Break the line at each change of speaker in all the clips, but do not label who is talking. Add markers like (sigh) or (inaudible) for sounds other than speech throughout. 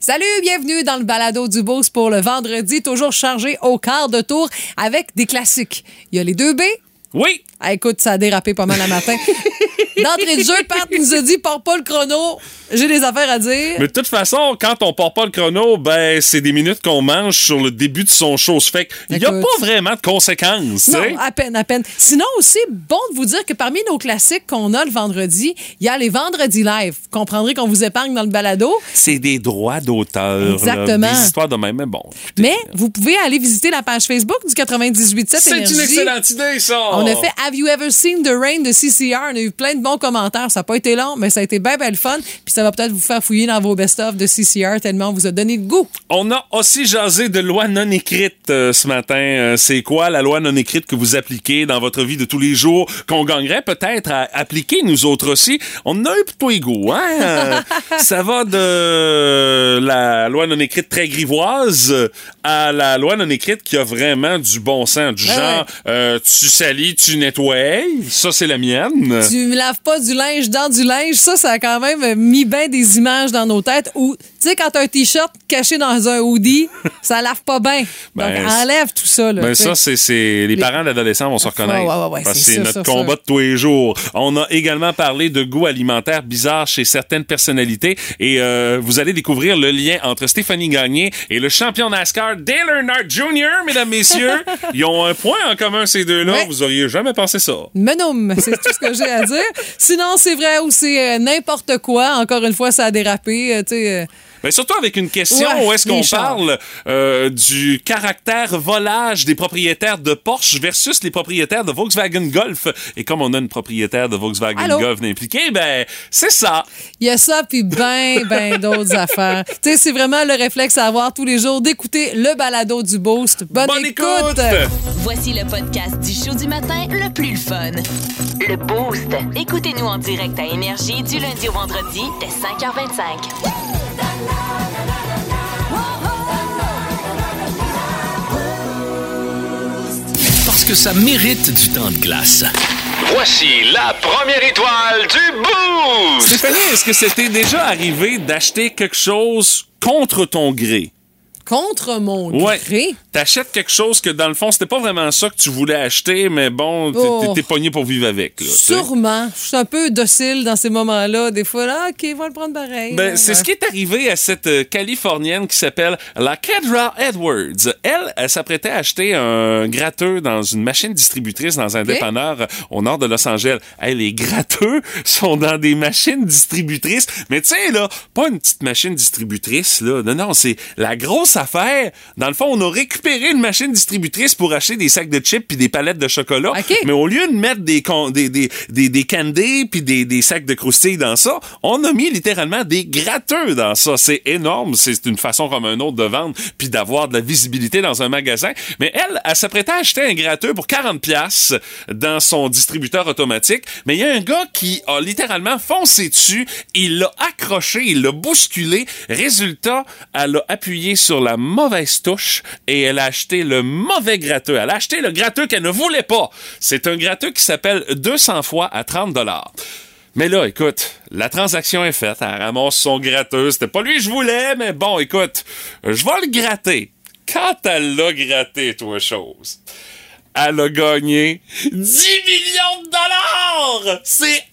Salut, bienvenue dans le balado du Beauce pour le vendredi, toujours chargé au quart de tour avec des classiques. Il y a les deux B.
Oui!
Ah, écoute, ça a dérapé pas mal à
(laughs)
matin. D'entrée de jeu, Pat nous a dit, pars pas le chrono, j'ai des affaires à dire.
Mais de toute façon, quand on part pas le chrono, ben c'est des minutes qu'on mange sur le début de son show. Ça fait qu'il n'y a
Écoute.
pas vraiment de conséquences. hein? tu sais.
Non, ah. à peine, à peine. Sinon aussi, bon de vous dire que parmi nos classiques qu'on a le vendredi, il y a les vendredis live. Vous comprendrez qu'on vous épargne dans le balado.
C'est des droits d'auteur. là,
Exactement.
Des histoires de même. Mais bon. écoutez,
Mais vous pouvez aller visiter la page Facebook du 98.7
C'est
Énergie.
une excellente idée, ça!
On a fait Have You Ever Seen the Rain de CCR. On a eu plein de bons commentaires. Ça n'a pas été long, mais ça a été bien, bien le fun. Puis ça va peut-être vous faire fouiller dans vos best-of de CCR tellement on vous a donné le goût.
On a aussi jasé de loi non écrite ce matin. Euh, c'est quoi la loi non écrite que vous appliquez dans votre vie de tous les jours, qu'on gagnerait peut-être à appliquer nous autres aussi? On a un petit peu égaux, hein?
(laughs)
Euh, Ça va de la loi non écrite très grivoise à la loi non écrite qui a vraiment du bon sens, du
Ben Ouais,
genre euh, tu salis, tu nettoies. Ça, c'est la mienne.
Tu me laves pas du linge dans du linge. Ça, ça a quand même mis bien des images dans nos têtes. Ou, tu sais, quand t'as un T-shirt caché dans un
(laughs)
hoodie, ça lave pas bien. Donc,
Ben,
enlève tout ça. Là,
Ben
tu sais. Ah,
ça, c'est, c'est- les parents d'adolescents vont se reconnaître.
ouais, ouais, ouais,
Parce que
c'est
c'est
sûr,
notre
sûr,
combat
sûr.
de tous les jours. On a également parlé de goûts alimentaires bizarres chez certaines personnalités. Et euh, vous allez découvrir le lien entre Stéphanie Gagné et le champion NASCAR Dale Earnhardt Jr., mesdames,
(laughs)
messieurs. Ils ont un point en commun, ces deux-là.
Ouais.
Vous auriez jamais pensé ça.
Menum, c'est tout ce que j'ai à dire.
(laughs)
Sinon, c'est vrai ou c'est euh, n'importe quoi. Encore une fois, ça a dérapé. euh, tu sais, euh,
Mais Ben, surtout avec une question
Ouais,
où est-ce
les
qu'on
chars.
parle euh, du caractère volage des propriétaires de Porsche versus les propriétaires de Volkswagen Golf. Et comme on a une propriétaire de Volkswagen
Allô?
Golf impliquée, ben c'est ça.
Il y a ça, puis ben, ben
(laughs)
d'autres affaires. Tu sais, c'est vraiment le réflexe à avoir tous les jours d'écouter le balado du Boost. Bonne,
Voici le podcast du show du matin le plus le fun. Le Boost. Écoutez-nous en direct à Énergie du lundi au vendredi dès 5h25.
parce que ça mérite du temps de glace.
Voici la première étoile du Boost!
Stéphanie, est-ce que c'était déjà arrivé d'acheter quelque chose contre ton gré?
Contre mon
Ouais.
gré.
T'achètes quelque chose que dans le fond, c'était pas vraiment ça que tu voulais acheter, mais bon, t'es-
Oh.
t'es- t'es pogné pour vivre avec. Là, tu sais.
Sûrement. Je suis un peu docile dans ces moments-là. Des fois, là, OK, on va le prendre pareil.
Ben, c'est
Ouais.
ce qui est arrivé à cette euh, Californienne qui s'appelle la Kedra Edwards. Elle, elle s'apprêtait à acheter un gratteux dans une machine distributrice dans un dépanneur euh, au nord de Los Angeles. Hey, les gratteux (laughs) sont dans des machines distributrices. Mais tu sais, là, pas une petite machine distributrice, là. Non, non, c'est la grosse affaire. Dans le fond, on a récupéré une machine distributrice pour acheter des sacs de chips puis des palettes de chocolat.
OK.
Mais au lieu de mettre des, con- des, des, des, des candies puis des, des sacs de croustilles dans ça, on a mis littéralement des gratteux dans ça. C'est énorme. C'est une façon comme un autre de vendre puis d'avoir de la visibilité dans un magasin. Mais elle, elle s'apprêtait à acheter un gratteux pour 40 pièces dans son distributeur automatique. Mais il y a un gars qui a littéralement foncé dessus. Il l'a accroché, il l'a bousculé. Résultat, elle a appuyé sur la mauvaise touche et elle a acheté le mauvais gratteux. Elle a acheté le gratteux qu'elle ne voulait pas. C'est un gratteux qui s'appelle 200 fois à 30 dollars. Mais là, écoute, la transaction est faite. Elle ramasse son gratteux. C'était pas lui que je voulais, mais bon, écoute, je vais le gratter. Quand elle l'a gratté, toi, chose, elle a gagné 10 millions de dollars! C'est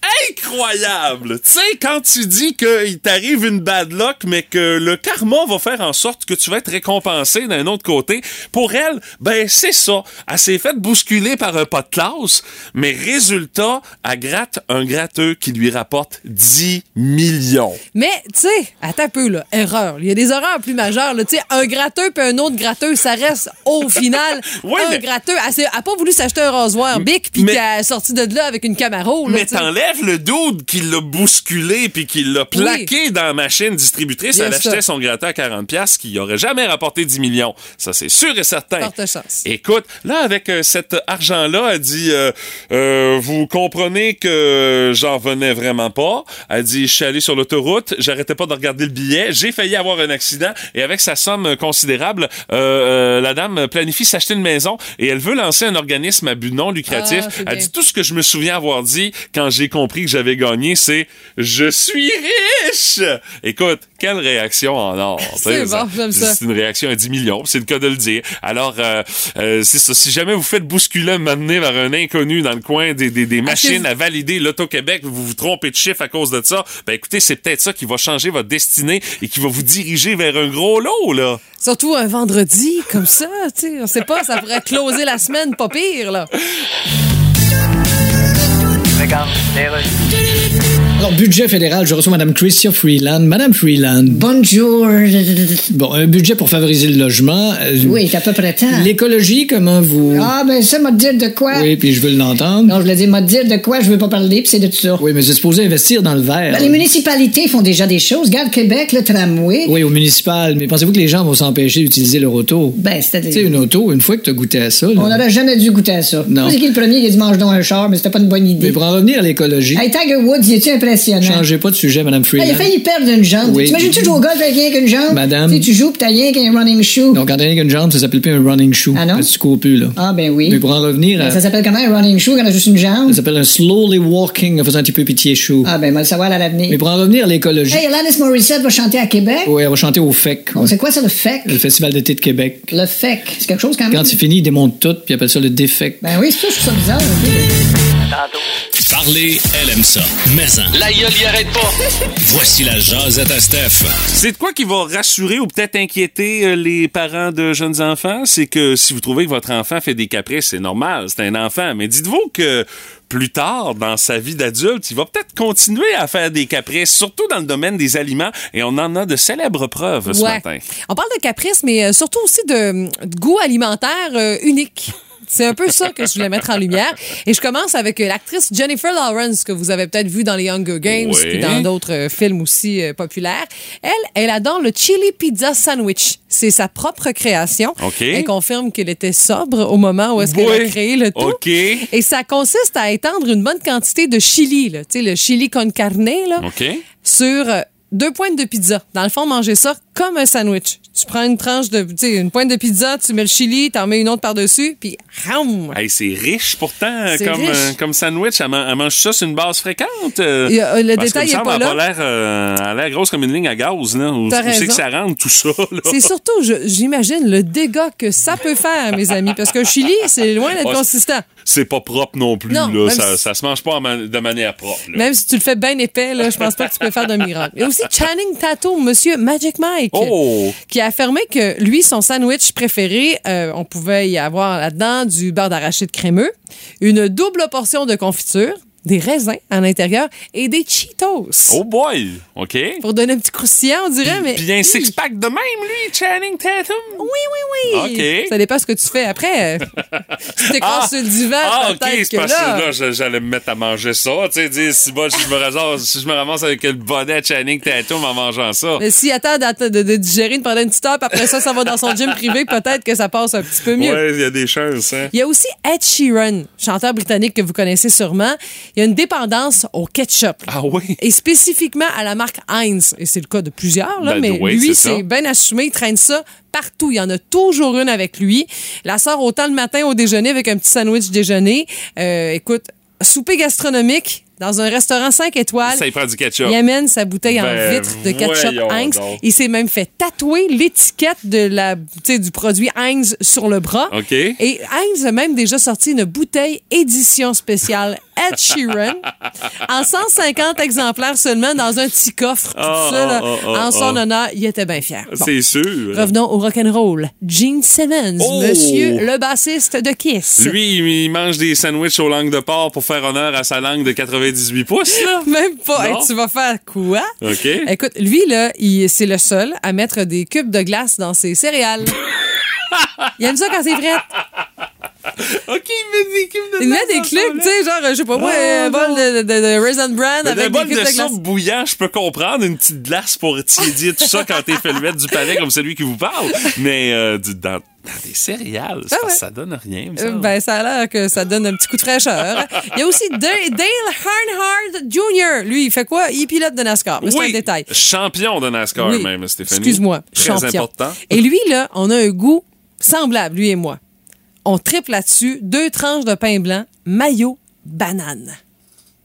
incroyable! Tu sais, quand tu dis qu'il t'arrive une bad luck, mais que le karma va faire en sorte que tu vas être récompensé d'un autre côté, pour elle, ben c'est ça. Elle s'est faite bousculer par un pas de classe, mais résultat, elle gratte un gratteux qui lui rapporte 10 millions.
Mais, tu sais, attends un peu, là. Erreur. Il y a des erreurs plus majeures, là. Tu sais, un gratteux puis un autre gratteux, ça reste au final
(laughs) Ouais,
un
mais-
gratteux. Elle s'est- elle a pas voulu s'acheter un rasoir Bic puis
mais-
qu'elle est sortie de là avec une Camaro, là.
Mais
tu sais.
t'enlèves le dude qui l'a bousculé puis qui l'a plaqué dans la machine distributrice.
Bien
elle
sûr.
achetait son gratteur à 40 pièces qui aurait jamais rapporté 10 millions. Ça, c'est sûr et certain.
Forte chance.
Écoute, là, avec euh, cet argent-là, elle dit, euh, euh, vous comprenez que j'en venais vraiment pas. Elle dit, je suis allé sur l'autoroute, j'arrêtais pas de regarder le billet, j'ai failli avoir un accident. Et avec sa somme considérable, euh, euh, la dame planifie s'acheter une maison et elle veut lancer un organisme à but non lucratif.
Ah, c'est
elle
bien.
dit, tout ce que je me souviens avoir dit quand j'ai compris que j'avais gagné, c'est je suis riche. Écoute, quelle réaction en or.
C'est bon, j'aime ça.
C'est une réaction à 10 millions, c'est le cas de le dire. Alors, euh, euh, c'est ça. Si jamais vous faites bousculer, m'amener vers un inconnu dans le coin des, des, des machines
vous-
à valider l'Auto-Québec, vous vous trompez de chiffre à cause de ça, ben écoutez, c'est peut-être ça qui va changer votre destinée et qui va vous diriger vers un gros lot, là.
Surtout un vendredi comme ça, tu sais, on sait pas, ça pourrait closer la semaine, pas pire là.
Alors, budget fédéral, je reçois Madame Christia Freeland. Madame Freeland,
Bonjour.
bon, un budget pour favoriser le logement. euh,
Oui, c'est à peu près temps.
L'écologie, comment vous...
Ah, ben ça, m'a dire de quoi?
Oui, puis je veux l'entendre.
Non, je le dis, m'a dire de quoi, je veux pas parler, puis c'est de tout ça.
Oui, mais c'est supposé investir dans le vert.
Ben, Ah. les municipalités font déjà des choses. Garde Québec, le tramway.
Oui, au municipal, mais pensez-vous que les gens vont s'empêcher d'utiliser leur auto?
Ben,
Tu sais,
c'est-à-dire.
une auto, une fois que t'as goûté à ça... là-
On n'aurait jamais dû goûter à ça.
Non.
Moi, C'est qui le premier qui a dit mange donc un char, mais c'était pas une bonne
Mais
idée.
pour en revenir à l'écologie,
Hey, Tiger Woods, il est-tu impressionnant?
changez pas de sujet, Madame
Hey,
Freeland.
il a failli perdre une jambe.
Oui.
T'imagines-tu jouer au golf avec rien qu'une jambe?
Madame.
Tu sais, tu joues pis t'as rien qu'un running shoe.
Donc, quand t'as rien qu'une jambe, ça s'appelle plus un running shoe.
Ah non?
Parce que tu cours plus, là.
Ah, ben oui.
Mais pour en revenir à...
Ben, Ça
Ça
s'appelle comment un running shoe quand on a juste une jambe?
s'appelle un slowly walking, en faisant un petit peu pitié shoe.
Ah, ben, on va le savoir à
Mais
l'avenir.
pour en revenir à l'écologie...
Hey, Alanis Morissette va chanter à Québec?
Oui, on va chanter au FEC.
Bon,
ouais.
C'est quoi ça, le FEC?
Le Festival d'été de Québec.
Le FEC, c'est quelque chose quand même?
Quand c'est fini, ils démontent tout, puis ils appellent ça le E défect.
Ben oui, c'est ça, je trouve ça bizarre. ok.
Parler, elle aime ça. Mais en,
La gueule, y arrête pas.
voici la jasette à Steph.
C'est de quoi qui va rassurer ou peut-être inquiéter euh, les parents de jeunes enfants, c'est que si vous trouvez que votre enfant fait des caprices, c'est normal, c'est un enfant. Mais dites-vous que plus tard, dans sa vie d'adulte, il va peut-être continuer à faire des caprices, surtout dans le domaine des aliments, et on en a de célèbres preuves ce
Ouais.
matin.
On parle de caprice, mais euh, surtout aussi de, de goût alimentaire euh, unique. C'est un peu ça que je voulais mettre en lumière. Et je commence avec euh, l'actrice Jennifer Lawrence, que vous avez peut-être vue dans les Hunger Games
Ouais.
puis dans d'autres euh, films aussi euh, populaires. Elle, elle adore le chili pizza sandwich. C'est sa propre création.
OK.
Elle confirme qu'elle était sobre au moment où est-ce qu'elle a
Oui.
créé le tout.
OK.
Et ça consiste à étendre une bonne quantité de chili, là. Tu sais, le chili con carne, là
OK?
sur euh, deux pointes de pizza. Dans le fond, manger ça comme un sandwich. Tu prends une tranche de, tu sais, une pointe de pizza, tu mets le chili, t'en mets une autre par-dessus, puis ram!
Hey, c'est riche pourtant euh,
C'est
comme,
riche.
euh, comme sandwich. Elle, man- elle mange ça sur une base fréquente. euh,
Et, euh, le
parce que,
détail
me
est
semble,
pas
elle a
là.
l'air, euh, elle a l'air grosse comme une ligne à gaz. Là. Où,
T'as
où c'est
raison.
que ça rentre tout ça? là?
C'est surtout, je- j'imagine, le dégât que ça peut faire, mes amis, parce qu'un chili, c'est loin d'être
Ouais,
consistant.
c'est pas propre non plus.
Non,
là.
même
Ça,
si-
ça se mange pas en man- de manière propre. là.
Même si tu le fais bien épais, là, je pense pas que tu peux faire de miracle. Et aussi Channing Tatum, monsieur Magic Mike.
Oh!
qui a affirmé que lui, son sandwich préféré, euh, on pouvait y avoir là-dedans du beurre d'arachide crémeux, une double portion de confiture, des raisins à l'intérieur et des Cheetos.
Oh boy! OK?
Pour donner un petit croustillant, on dirait, mais...
Puis un six-pack de même, lui, Channing Tatum.
Oui, oui, oui!
OK.
Ça dépend ce que tu fais
(laughs)
après. si t'es
Ah,
sur le divan,
ah, ok,
peut-être
c'est
que
parce que
là...
là, je- j'allais me mettre à manger ça. Tu sais, dire, si, bon, si je me ramasse, si je me ramasse avec le bonnet à Channing Tatum en mangeant ça.
Mais s'il attend d'atte- de, de digérer pendant une petite heure, puis après ça, ça va dans son gym privé, peut-être que ça passe un petit peu mieux.
Ouais, il y a des chances, hein.
Il y a aussi Ed Sheeran, chanteur britannique que vous connaissez sûrement. Il y a une dépendance au ketchup.
Ah oui?
Et spécifiquement à la marque Heinz. Et c'est le cas de plusieurs, là,
Ben,
mais
oui,
lui,
c'est ça.
c'est bien assumé. Il traîne ça partout. Il y en a toujours une avec lui. La sort autant le matin au déjeuner avec un petit sandwich déjeuner. Euh, écoute, souper gastronomique dans un restaurant 5 étoiles.
Ça y prend du ketchup.
Il amène sa bouteille en
Ben,
vitre de ketchup
voyons
Heinz.
donc.
Il s'est même fait tatouer l'étiquette de la, tu sais, du produit Heinz sur le bras.
OK.
Et Heinz a même déjà sorti une bouteille édition spéciale Ed
(laughs)
Sheeran en 150 exemplaires seulement dans un petit coffre. Tout
Oh,
ça, là,
oh, oh,
en son
oh.
honneur, il était bien fier. Bon.
C'est sûr.
Revenons au rock'n'roll. Gene Simmons,
Oh!
monsieur le bassiste de Kiss.
Lui, il- il mange des sandwichs aux langues de porc pour faire honneur à sa langue de 98 pouces, là.
(laughs) Même pas.
Non.
Hey, tu vas faire quoi? (laughs)
OK.
Écoute, lui, là, il- c'est le seul à mettre des cubes de glace dans ses céréales. Il aime ça quand c'est
(laughs)
prêt.
OK, il met des cubes de
Il met
glace
des
dans
cubes,
son
tu sais, genre, je sais pas moi,
Oh,
un bol de, de, de raisin bran
Mais
avec
d'un
des
bol
cubes de,
de
glace.
soupe bouillant, je peux comprendre une petite glace pour tiédir tout ça quand t'es fait le mettre du palais comme celui qui vous parle. Mais euh, du- dans, dans des céréales, c'est
Ah
parce que
ouais.
ça donne rien. me
Euh,
semble.
Ben, ça a l'air que ça donne un petit coup de fraîcheur. Il y a aussi Da- Dale Earnhardt Jr. Lui, il fait quoi? Il pilote de NASCAR. Mais c'est un
oui,
détail.
champion de NASCAR
Oui.
même, Stéphanie.
Excuse-moi.
Très
champion.
important.
Et lui, là, on a un goût semblable, lui et moi. On triple là-dessus. Deux tranches de pain blanc, maillot, banane.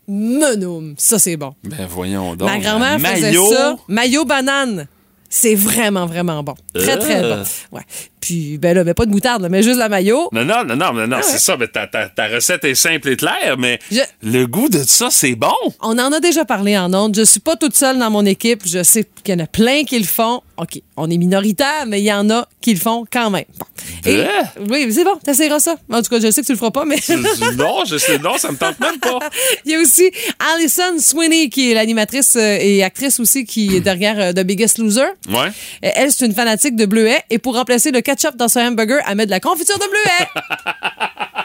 menoum. Ça, c'est bon.
Ben voyons donc.
Ma grand-mère
Un
faisait
maillot.
ça. Maillot banane. C'est vraiment, vraiment bon. Très, très
Euh.
bon. Ouais. Puis, ben là, ben, pas de moutarde, là, mais juste la maillot.
Non, non, non, non, non, non, c'est ça. Mais ta, ta- ta recette est simple et claire, mais
Ah Je-
le goût de ça, c'est bon.
On en a déjà parlé en ondes. Je suis pas toute seule dans mon équipe. Je sais qu'il y en a plein qui le font. OK, on est minoritaire, mais il y en a qui le font quand même. Bon. Et,
Vrai? Hmm.
oui, c'est bon, t'essaieras ça. En tout cas, je sais que tu le feras pas, mais...
non, je sais, non, ça me tente même pas.
(laughs) Il y a aussi Alison Sweeney, qui est l'animatrice euh, et actrice aussi, qui est derrière euh, The Biggest Loser.
Ouais.
Euh, Elle, c'est une fanatique de bleuets. Et pour remplacer le ketchup dans son hamburger, elle met de la confiture de
(laughs)
bleuets.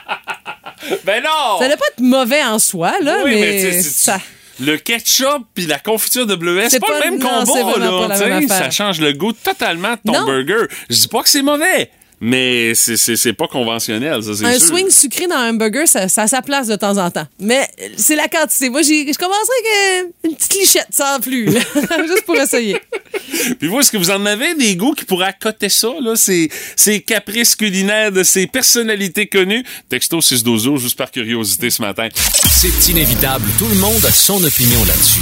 Ben non!
ça n'a pas de mauvais en soi, là,
Oui,
mais,
tu sais, c'est-
ça.
Le ketchup puis la confiture de bleuet, c'est pas, le même
non, c'est
combo,
vraiment
là.
pas la
tu sais,
même
ça
affaire.
change le goût totalement de ton
Non.
burger. Je dis pas que c'est mauvais, mais c'est- c'est c'est pas conventionnel, ça, c'est
Un
sûr.
swing sucré dans un hamburger, ça, ça a sa place de temps en temps. Mais euh, c'est la quantité. Moi, j'ai- je commencerai avec euh, une petite lichette, sans plus. là. (laughs) Juste pour essayer.
Puis vous, est-ce que vous en avez des goûts qui pourraient accoter ça, là, ces, ces caprices culinaires de ces personnalités connues? Texto 612, juste par curiosité ce matin.
C'est inévitable. Tout le monde a son opinion là-dessus.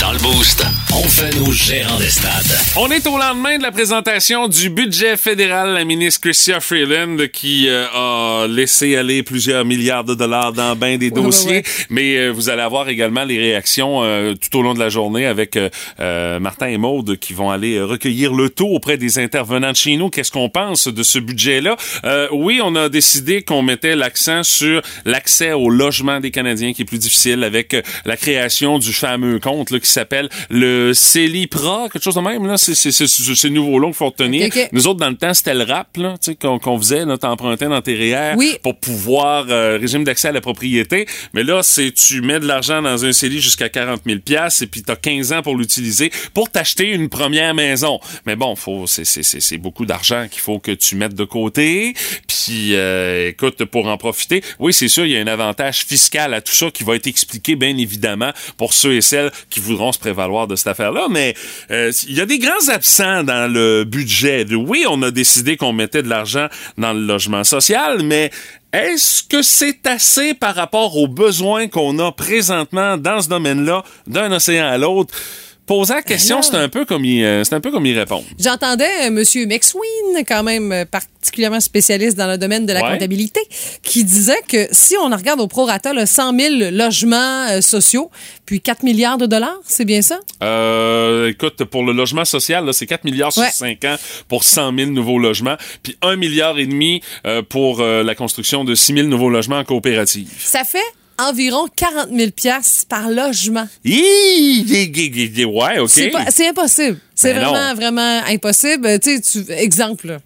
Dans le boost, on fait nos gérants des stades.
On est au lendemain de la présentation du budget fédéral. La ministre Chrystia Freeland qui euh, a laissé aller plusieurs milliards de dollars dans bien des
ouais,
dossiers.
ouais.
Mais euh, vous allez avoir également les réactions euh, tout au long de la journée avec euh, euh, Martin et Maude qui vont aller euh, recueillir le taux auprès des intervenants de chez nous. Qu'est-ce qu'on pense de ce budget-là? Euh, oui, on a décidé qu'on mettait l'accent sur l'accès au logement des Canadiens qui est plus difficile avec euh, la création du fameux compte là, qui s'appelle le CELIPRA, quelque chose de même. là. C'est c'est- c'est- c'est- c'est nouveau long qu'il faut retenir.
Ok, ok.
Nous autres, dans le temps, c'était le rap là, tu sais, qu'on qu'on faisait, là, t'empruntais dans tes REER
Oui.
pour pouvoir euh, régime d'accès à la propriété. Mais là, c'est tu mets de l'argent dans un CELI jusqu'à 40 000 pièces et puis t'as 15 ans pour l'utiliser pour t'acheter une première maison. Mais bon, faut c'est c'est c'est c'est beaucoup d'argent qu'il faut que tu mettes de côté. Puis euh, écoute, pour en profiter, oui, c'est sûr, il y a un avantage fiscal à tout ça qui va être expliqué bien évidemment pour ceux et celles qui voudront se prévaloir de cette affaire-là. Mais euh, il y a des grands absents dans le budget. Oui, on a décidé qu'on mettait de l'argent dans le logement social, mais est-ce que c'est assez par rapport aux besoins qu'on a présentement dans ce domaine-là, d'un océan à l'autre? Poser la question, c'est un peu comme y, euh, c'est un peu comme y répondre.
J'entendais euh, Monsieur McSween, quand même euh, particulièrement spécialiste dans le domaine de la
Ouais.
comptabilité, qui disait que si on regarde au prorata le 100 000 logements euh, sociaux, puis 4 milliards de dollars, c'est bien ça?
Euh, écoute, pour le logement social, là, c'est 4 milliards sur
Ouais.
5 ans pour 100 000 nouveaux logements, puis 1 milliard et demi euh, pour euh, la construction de 6 000 nouveaux logements en coopérative.
Ça fait environ 40 000 piastres par logement.
Hi! Hi, hi, hi, hi, Ouais, OK.
C'est pas- C'est impossible. C'est
Ben
vraiment,
non.
vraiment impossible. Euh, Tu sais, tu- exemple, là.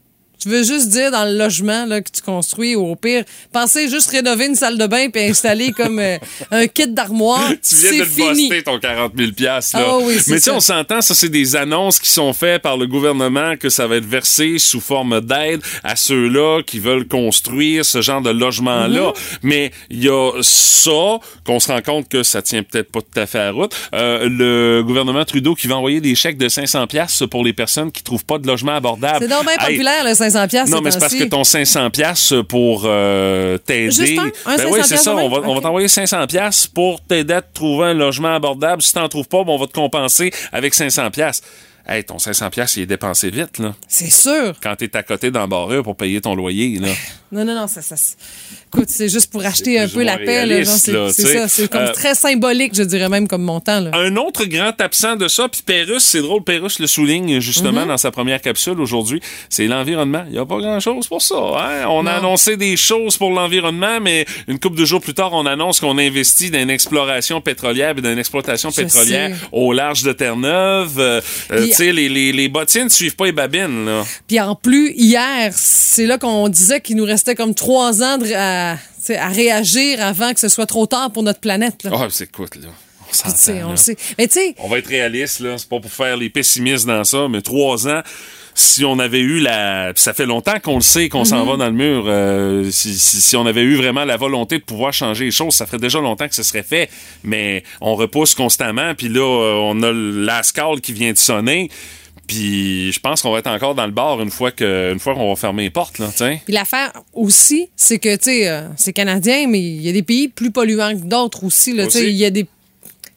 tu veux juste dire dans le logement là, que tu construis, ou au pire, pensez juste rénover une salle de bain puis
(laughs)
installer comme euh, un kit d'armoire.
Tu viens
C'est
de le
fini.
buster, ton 40 000 piastres, là.
Ah oui, c'est
Mais tu sais,
ça.
on s'entend, ça, c'est des annonces qui sont faites par le gouvernement que ça va être versé sous forme d'aide à ceux-là qui veulent construire ce genre de
Mhm.
logement-là. Mais il y a ça, qu'on se rend compte que ça tient peut-être pas tout à fait à la route. Euh, le gouvernement Trudeau qui va envoyer des chèques de 500 piastres pour les personnes qui trouvent pas de logement abordable.
C'est donc bien
Hey,
populaire, le 500 piastres,
non,
ces
mais c'est parce
temps-ci.
que ton 500 pièces pour euh, t'aider.
Juste un? Un
ben oui,
500
c'est ça.
de
On va,
même?
on va
Ok.
t'envoyer 500 pièces pour t'aider à te trouver un logement abordable. Si t'en trouves pas, ben, on va te compenser avec 500 pièces. Hey, ton 500 pièces, il est dépensé vite là.
C'est sûr.
Quand t'es à côté dans le barreur pour payer ton loyer là.
Non, non, non, ça, ça. ça- Écoute, c'est juste pour acheter un
plus
peu
ou
la
moins
paix. là,
réaliste,
genre, C'est
là, tu
c'est
sais.
ça, c'est comme
Euh,
très symbolique, je dirais même, comme montant. Là.
Un autre grand absent de ça, puis Pérus, c'est drôle, Pérus le souligne justement dans sa première capsule aujourd'hui, c'est l'environnement. Il n'y a pas grand-chose pour ça. hein? On a
Non.
annoncé des choses pour l'environnement, mais une couple de jours plus tard, on annonce qu'on investit dans une exploration pétrolière et dans une exploitation
Je
pétrolière
sais.
au large de Terre-Neuve. Euh, euh,
Puis-
tu sais, les, les, les bottines ne suivent pas les babines. Là.
Puis en plus, hier, c'est là qu'on disait qu'il nous restait comme trois ans de- à, tu sais, à réagir avant que ce soit trop tard pour notre planète. Là.
Ah, c'est écoute, là. On
Puis, tu sais,
s'entend,
on
là.
le sait. Mais tu sais,
On va être réaliste, là. C'est pas pour faire les pessimistes dans ça, mais trois ans, si on avait eu la. Puis Ça fait longtemps qu'on le sait, qu'on
Mm-hmm.
s'en va dans le mur. euh, si, si- si on avait eu vraiment la volonté de pouvoir changer les choses, ça ferait déjà longtemps que ce serait fait. Mais on repousse constamment, puis là, euh, on a l'ascal qui vient de sonner. Puis je pense qu'on va être encore dans le bar une fois que une fois qu'on va fermer les portes là, tu sais.
Puis l'affaire aussi, c'est que, tu sais, euh, c'est canadien, mais il y a des pays plus polluants que d'autres aussi. là, tu sais.
Aussi.
Il y a des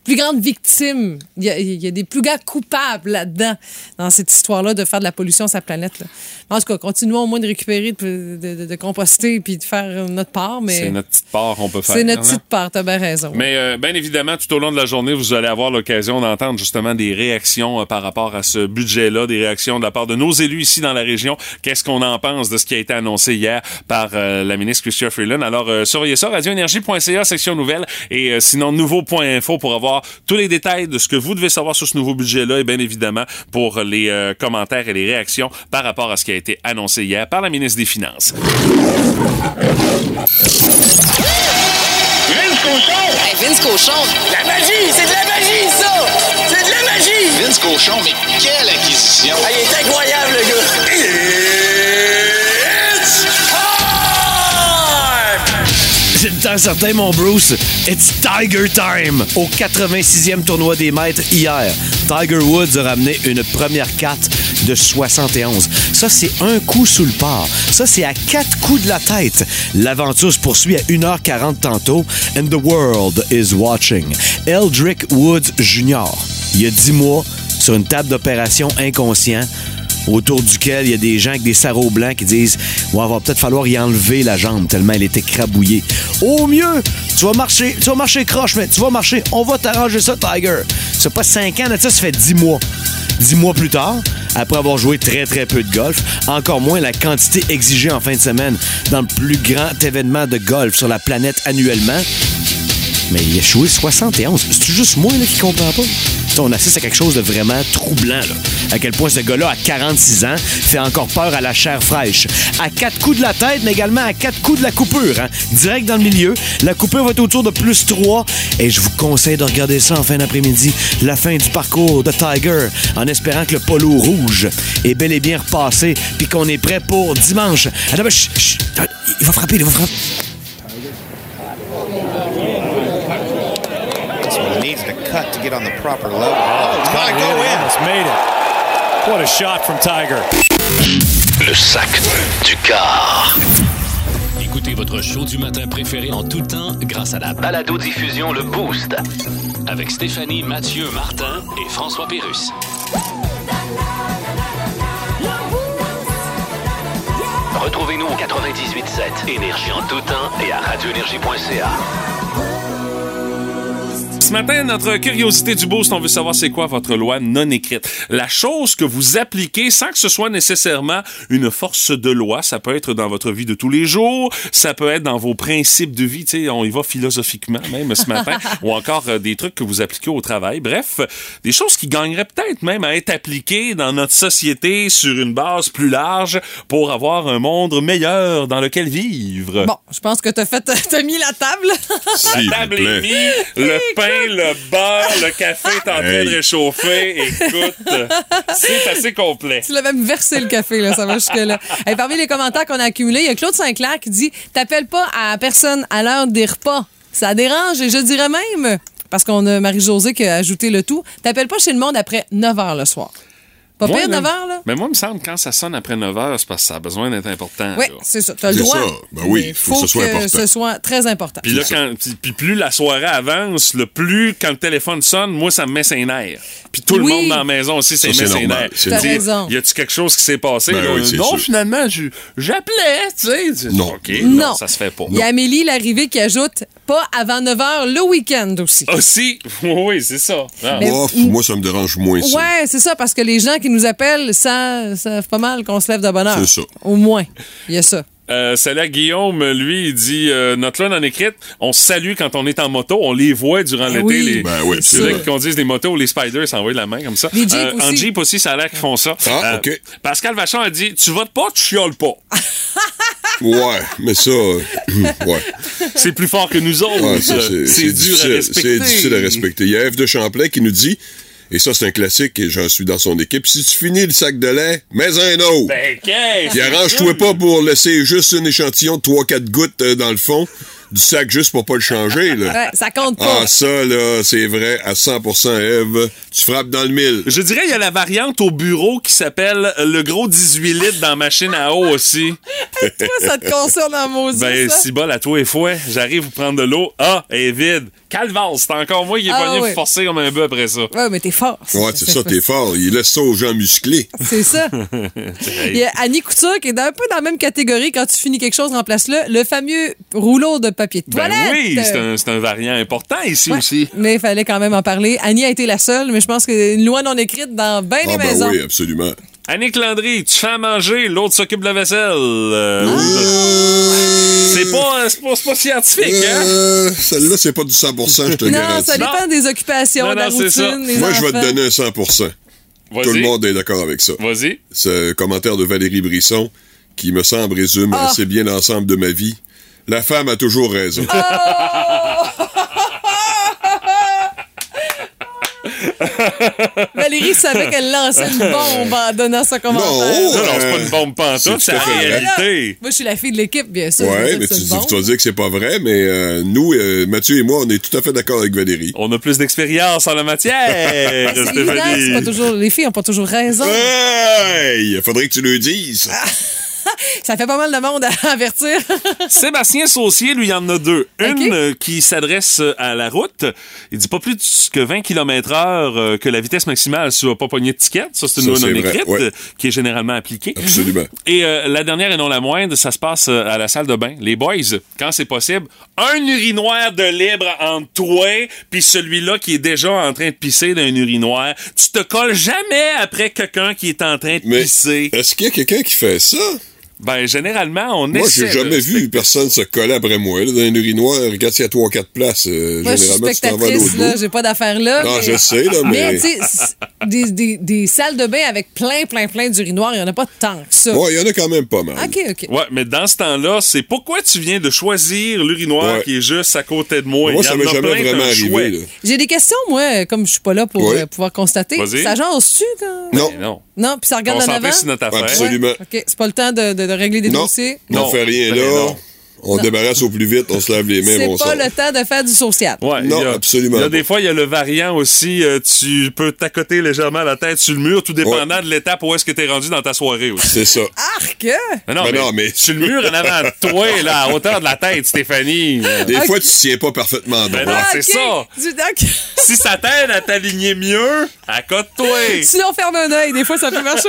plus grandes victimes. Il y a, il y a des plus grands coupables là-dedans, dans cette histoire-là de faire de la pollution à sa planète. là. En tout cas, continuons au moins de récupérer, de, de- de- de composter puis de faire notre part,
C'est
mais
notre petite part qu'on peut faire.
c'est notre
hein?
petite part, t'as bien raison.
Mais euh, bien évidemment, tout au long de la journée, vous allez avoir l'occasion d'entendre justement des réactions euh, par rapport à ce budget-là, des réactions de la part de nos élus ici dans la région. Qu'est-ce qu'on en pense de ce qui a été annoncé hier par euh, la ministre Chrystia Freeland? Alors, euh, surveillez ça, radioénergie.ca, section nouvelles, et euh, sinon, nouveau.info pour avoir tous les détails de ce que vous devez savoir sur ce nouveau budget-là, et bien évidemment, pour les euh, commentaires et les réactions par rapport à ce qui a été annoncé hier par la ministre des Finances.
Vince Cochon. La magie, c'est de la magie, ça! C'est de la magie!
Vince Cochon, mais quelle acquisition!
Ah, il est incroyable, le gars! It's
C'est le temps certain, mon Bruce. It's Tiger Time! Au 86e tournoi des maîtres hier, Tiger Woods a ramené une première carte de 71. Ça, c'est un coup sous le port. Ça, c'est à quatre coups de la tête. L'aventure se poursuit à 1h40 tantôt. And the world is watching. Eldrick Woods Jr., il y a 10 mois, sur une table d'opération inconscient, autour duquel il y a des gens avec des sarraux blancs qui disent Ouais, va peut-être falloir y enlever la jambe tellement elle est écrabouillée. Au mieux, tu vas marcher, tu vas marcher croche, mais tu vas marcher, on va t'arranger ça, Tiger. C'est pas 5 ans, là, ça, ça fait 10 mois. 10 mois plus tard, après avoir joué très très peu de golf, encore moins la quantité exigée en fin de semaine dans le plus grand événement de golf sur la planète annuellement, mais il a échoué 71. C'est juste moi là, qui comprends pas. Tu sais, On assiste à quelque chose de vraiment troublant. Là. À quel point ce gars-là, à 46 ans, fait encore peur à la chair fraîche. À quatre coups de la tête, mais également à quatre coups de la coupure. hein. Direct dans le milieu. La coupure va être autour de plus 3. Et je vous conseille de regarder ça en fin d'après-midi. La fin du parcours de Tiger. En espérant que le polo rouge est bel et bien repassé. Puis qu'on est prêt pour dimanche. Attends, mais chut, chut. il va frapper, il va frapper.
needs to cut to get on the proper level. Oh, it's gotta go in.
Le sac du car.
Écoutez votre show du matin préféré en tout temps grâce à la balado-diffusion Le Boost avec Stéphanie, Mathieu, Martin et François Pérus. Retrouvez-nous au 98.7 Énergie en tout temps et à radioénergie.ca.
Ce matin, notre curiosité du boost, on veut savoir c'est quoi votre loi non écrite. La chose que vous appliquez sans que ce soit nécessairement une force de loi, ça peut être dans votre vie de tous les jours, ça peut être dans vos principes de vie, tu sais, on y va philosophiquement même ce matin, ou encore euh, des trucs que vous appliquez au travail. Bref, des choses qui gagneraient peut-être même à être appliquées dans notre société sur une base plus large pour avoir un monde meilleur dans lequel vivre.
Bon, je pense que t'as fait, t'as mis la table. (laughs)
La table est mise, le pain, le beurre, le café est en train de réchauffer. Écoute, euh, c'est assez complet.
tu l'as même versé le café, là, ça va jusque-là. Et parmi les commentaires qu'on a accumulés, il y a Claude Sinclair qui dit T'appelles pas à personne à l'heure des repas. Ça dérange, et je dirais même, parce qu'on a Marie-Josée qui a ajouté le tout, t'appelles pas chez le monde après 9 h le soir. Pas
Moi,
pire, 9
là,
h, là?
Mais moi, il me semble que quand ça sonne après 9 h, c'est parce que ça a besoin d'être important.
Oui,
là.
c'est ça. T'as le
C'est
droit.
ça. Ben oui,
Mais
faut que ce soit important.
ce soit très important.
Puis là, quand, puis- puis plus la soirée avance, le plus quand le téléphone sonne, moi, ça me met ses nerfs. Puis tout le
Oui.
monde dans la maison aussi, ça,
Ça,
me
c'est
met ses
normal.
nerfs.
C'est
Tu
T'as
dis,
raison.
Y a-tu quelque chose qui s'est passé?
Ben
là?
oui, c'est
non,
sûr.
finalement, je- j'appelais, tu sais. Tu dis,
Non.
OK,
non.
ça se fait pas.
Il y a Amélie Larrivée qui ajoute Pas avant 9 h le week-end
Ah,
aussi.
Aussi, Ah, (laughs) oui, c'est ça. Ah.
Mais-
Ouf, moi, ça me dérange moins ça.
Ouais, c'est ça, parce que les gens qui nous appellent savent, savent pas mal qu'on se lève de bonne heure.
C'est ça.
Au moins, il y a
(laughs)
ça.
Euh, c'est là Guillaume, lui, il dit euh, notre loi non écrite, on se salue quand on est en moto, on les voit durant l'été.
oui.
les,
Ben oui,
c'est là
absolument.
qu'ils conduisent des motos, les spiders s'envoient la main comme ça. Euh,
Les Jeeps
En
aussi.
Jeep aussi, ça a l'air qu'ils font ça. Euh,
Ah, OK.
Pascal Vachon a dit Tu votes pas, tu
(laughs)
chioles pas.
Ouais, mais ça, euh, (clears throat) ouais.
C'est plus fort que nous autres.
Ouais, Ah, ça,
Euh,
c'est
c'est
c'est
dur à
difficile,
respecter.
C'est difficile à respecter. Il y a F de Champlain qui nous dit, et ça, c'est un classique, et j'en suis dans son équipe, si tu finis le sac de lait, mets un autre.
Ben, qu'est-ce
Puis
que-
arrange-toi pas pour laisser juste un échantillon de 3-4 gouttes euh, dans le fond du sac juste pour pas le changer. Là.
Ouais, ça compte pas.
Ah, ça, là, c'est vrai, à 100 Eve. Tu frappes dans le mille.
Je dirais, il y a la variante au bureau qui s'appelle le gros 18 litres dans la machine à eau aussi.
toi, ça te concerne en maudit,
Ben,
ça.
si bol à toi et fouet, j'arrive vous prendre de l'eau. Ah, elle est vide. Calvance, c'est encore moi qui ai
Ah,
pogné
oui.
pour forcer comme un bœuf après ça.
Ouais, mais t'es fort.
Ouais, c'est ça, t'es fort. Il laisse ça aux gens musclés.
C'est
(laughs)
ça. Il y a Annie Couture qui est un peu dans la même catégorie. Quand tu finis quelque chose, remplace-le. Le fameux rouleau de papier de
Ben
toilette.
oui, c'est un, c'est un variant important ici aussi.
Mais il fallait quand même en parler. Annie a été la seule, mais je pense qu'une loi non écrite dans bien des
ben
maisons.
Ah, absolument.
Annick Landry, tu fais à manger, l'autre s'occupe de la vaisselle. Euh,
Ah!
c'est pas, c'est pas, c'est pas scientifique, hein?
Euh, Celle-là, c'est pas du 100 je
(laughs)
te
non,
garantis.
ça dépend des occupations, de la routine, des
Moi, je vais
enfants.
te donner un 100 Tout le monde est d'accord avec ça.
Vas-y.
Ce commentaire de Valérie Brisson, qui me semble résume
Ah.
assez bien l'ensemble de ma vie. La femme a toujours raison.
Valérie
(laughs)
savait qu'elle lançait une bombe en donnant ça comme
Non,
non, c'est pas
Euh,
une bombe pantoute, c'est la réalité.
Moi, je suis la fille de l'équipe, bien sûr. Je veux
Ouais,
dire
mais
que
tu,
c'est
tu
bon.
vas dire que c'est pas vrai, mais euh, nous, euh, Mathieu et moi, on est tout à fait d'accord avec Valérie.
On a plus d'expérience en la matière,
(laughs) C'est évident que c'est
Stéphanie.
pas toujours, les filles n'ont pas toujours raison.
Hey! Faudrait que tu le dises.
Ah, Ça fait pas mal de monde à (laughs) avertir.
Sébastien Saucier, lui, il y en a deux. Une euh, qui s'adresse euh, à la route. Il dit pas plus que 20 km heure euh, que la vitesse maximale sur pas pogner de ticket. Ça, c'est une
Ça,
loi non
c'est vrai,
écrite
ouais.
euh, qui est généralement appliquée.
Absolument.
Et euh, la dernière et non la moindre, ça se passe euh, à la salle de bain. Les boys, quand c'est possible, un urinoir de libre entre toi puis celui-là qui est déjà en train de pisser d'un urinoir. Tu te colles jamais après quelqu'un qui est en train de pisser.
Est-ce qu'il y a quelqu'un qui fait ça?
Ben, généralement, on
Moi,
essaie.
j'ai
de-
jamais vu personne se coller après moi. Là, dans un urinoir, regarde s'il y a trois ou quatre places. euh,
Moi, je suis
généralement, tu t'en vas à l'autre
spectatrice, là,
bout.
j'ai pas d'affaires là.
Non,
mais-
je sais, là, mais-
tu sais, c'est- des, des, des salles de bain avec plein, plein, plein d'urinoirs, il n'y en a pas tant que ça.
Ouais, il y en a quand même pas mal.
OK, OK.
Ouais, mais dans ce temps-là, c'est pourquoi tu viens de choisir l'urinoir
Ouais.
qui est juste à côté de moi.
Moi,
Il y
ça
en
m'est
a
jamais
plein, t'as
vraiment
un
arrivé,
chouette.
là.
J'ai des questions, moi, comme je suis pas là pour
Ouais.
euh, pouvoir constater.
Vas-y.
Ça jase-tu? quand-
Non.
non.
Non, puis ça regarde en
Concentré
avant?
sur notre affaire.
Absolument.
OK, c'est pas le temps de, de- de régler des
Non,
dossiers.
on
Non,
fait rien
ben
là.
non.
On débarrasse au plus vite, on se lave les mains,
C'est
bon
pas
sang.
le temps de faire du social.
Ouais,
Non,
il y a-
absolument
Il y a
pas.
des fois, il y a le variant aussi. euh, tu peux t'accoter légèrement la tête sur le mur, tout dépendant de l'étape où est-ce que t'es rendu dans ta soirée aussi.
C'est ça.
Arc!
Mais non,
Ben
mais,
non, mais-
sur le mur en avant de toi, là, à hauteur de la tête, Stéphanie. Euh,
Ah,
Des fois, tu tiens pas parfaitement droit.
Ben non, c'est ça.
Du, ok.
Si ça t'aide à t'aligner mieux,
(laughs)
accote-toi
Si on ferme un œil, des fois, ça peut marcher.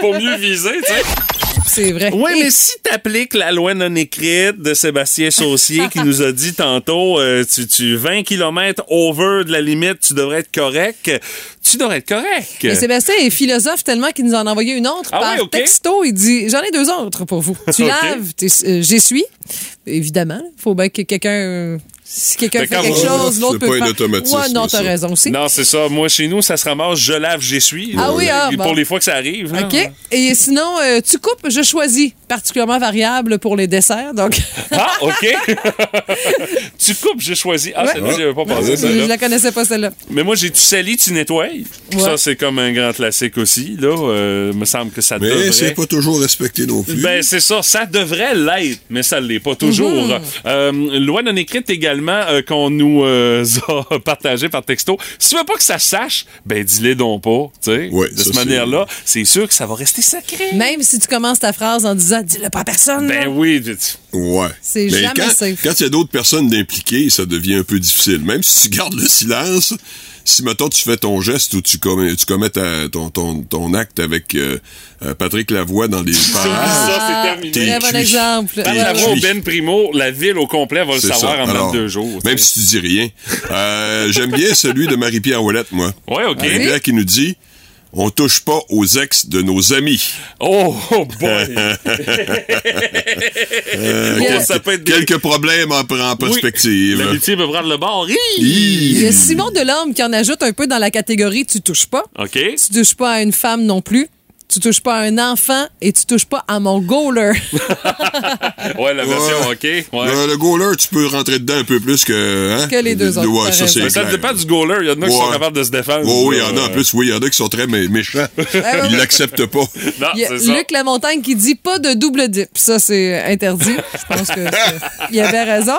pour mieux viser, tu sais.
(laughs) c'est vrai.
Oui, mais si t'appliques la loi non écrite de Sébastien Saucier qui nous a dit tantôt, euh, tu, tu 20 km over de la limite, tu devrais être correct. Tu devrais être correct.
Mais Sébastien est philosophe tellement qu'il nous en a envoyé une autre
Ah
par
ouais, ok.
texto. Il dit J'en ai deux autres pour vous. Tu
Ok.
laves, t'es- euh, j'essuie. Évidemment, il faut bien que quelqu'un. euh, Si quelqu'un
Mais
fait
quand
quelque
vous-
chose, l'autre
C'est
peut
pas
le
un
faire.
automatisme,
Ouais, non, t'as
ça.
raison aussi.
Non, c'est ça. Moi, chez nous, ça se ramasse, je lave, j'essuie.
Ah oui, ah,
Et
bon.
Pour les fois que ça arrive. là.
OK. Et sinon, euh, tu coupes, je choisis. Particulièrement variable pour les desserts. Donc,
Ah, OK. (laughs) tu coupes, je choisis. Ah,
Ouais.
celle-là, j'avais pas
(laughs)
pensé.
je,
celle-là.
je la connaissais pas celle-là.
Mais moi, j'ai tu salis, tu nettoies. Ça, c'est comme un grand classique aussi. Là, Euh, me semble que ça
Mais
devrait.
c'est pas toujours respecté non plus.
Ben, c'est ça. Ça devrait l'être, mais ça ne l'est pas toujours.
Mhm.
Euh, loi non écrite également euh, qu'on nous euh, (laughs) a partagé par texto. Si tu veux pas que ça se sache, ben, dis-les donc pas. tu sais.
Ouais,
de
ça,
cette
c'est-
manière-là, c'est sûr que ça va rester sacré.
Même si tu commences ta phrase en disant Dis-le pas à personne.
Ben
là.
oui. tu- tu-
ouais.
C'est
Mais
jamais
quand,
safe.
Quand il y a d'autres personnes impliquées, ça devient un peu difficile. Même si tu gardes le silence, si mettons tu fais ton geste ou tu commets, tu commets ta- ton, ton, ton acte avec euh, euh, Patrick Lavoie dans les parages,
Ah, ça, c'est terminé.
t'es
Très bon
cuit.
exemple.
T'es
Ah,
Par la
cuit.
voix au Ben Primo, la ville au complet va le
C'est
savoir
ça.
en
Alors,
même deux jours.
Même si tu dis rien. Euh, J'aime bien celui de Marie-Pierre Ouellette, moi.
Ouais, OK.
Ah
Un gars qui nous dit On touche pas aux ex de nos amis.
Oh, oh boy!
Euh,
Yeah.
(laughs) quelques-
Ça peut être des-
Quelques problèmes en, en perspective.
L'amitié peut prendre le bord. Hi!
Il
Hi.
y a Simon Delorme qui en ajoute un peu dans la catégorie Tu touches pas.
OK.
Tu touches pas à une femme non plus. tu touches pas à un enfant et tu touches pas à mon
(laughs)
goaler.
ouais, la version OK. Ouais.
Euh, Le, le goaler, tu peux rentrer dedans un peu plus que. hein?
Que les deux autres,
Ouais,
t'as
ça,
raison.
c'est
Mais ça
clair.
dépend du goaler. Il y en a qui sont
Ouais.
capables de se défendre.
Ouais, oui, il y en a
Euh,
en plus, oui, il y en a qui sont très mé- méchants.
Ah,
Ils l'acceptent pas.
Non,
Il y a
c'est ça.
Luc Lamontagne qui dit pas de double dip. Ça, c'est interdit. Je pense que c'est- il avait raison.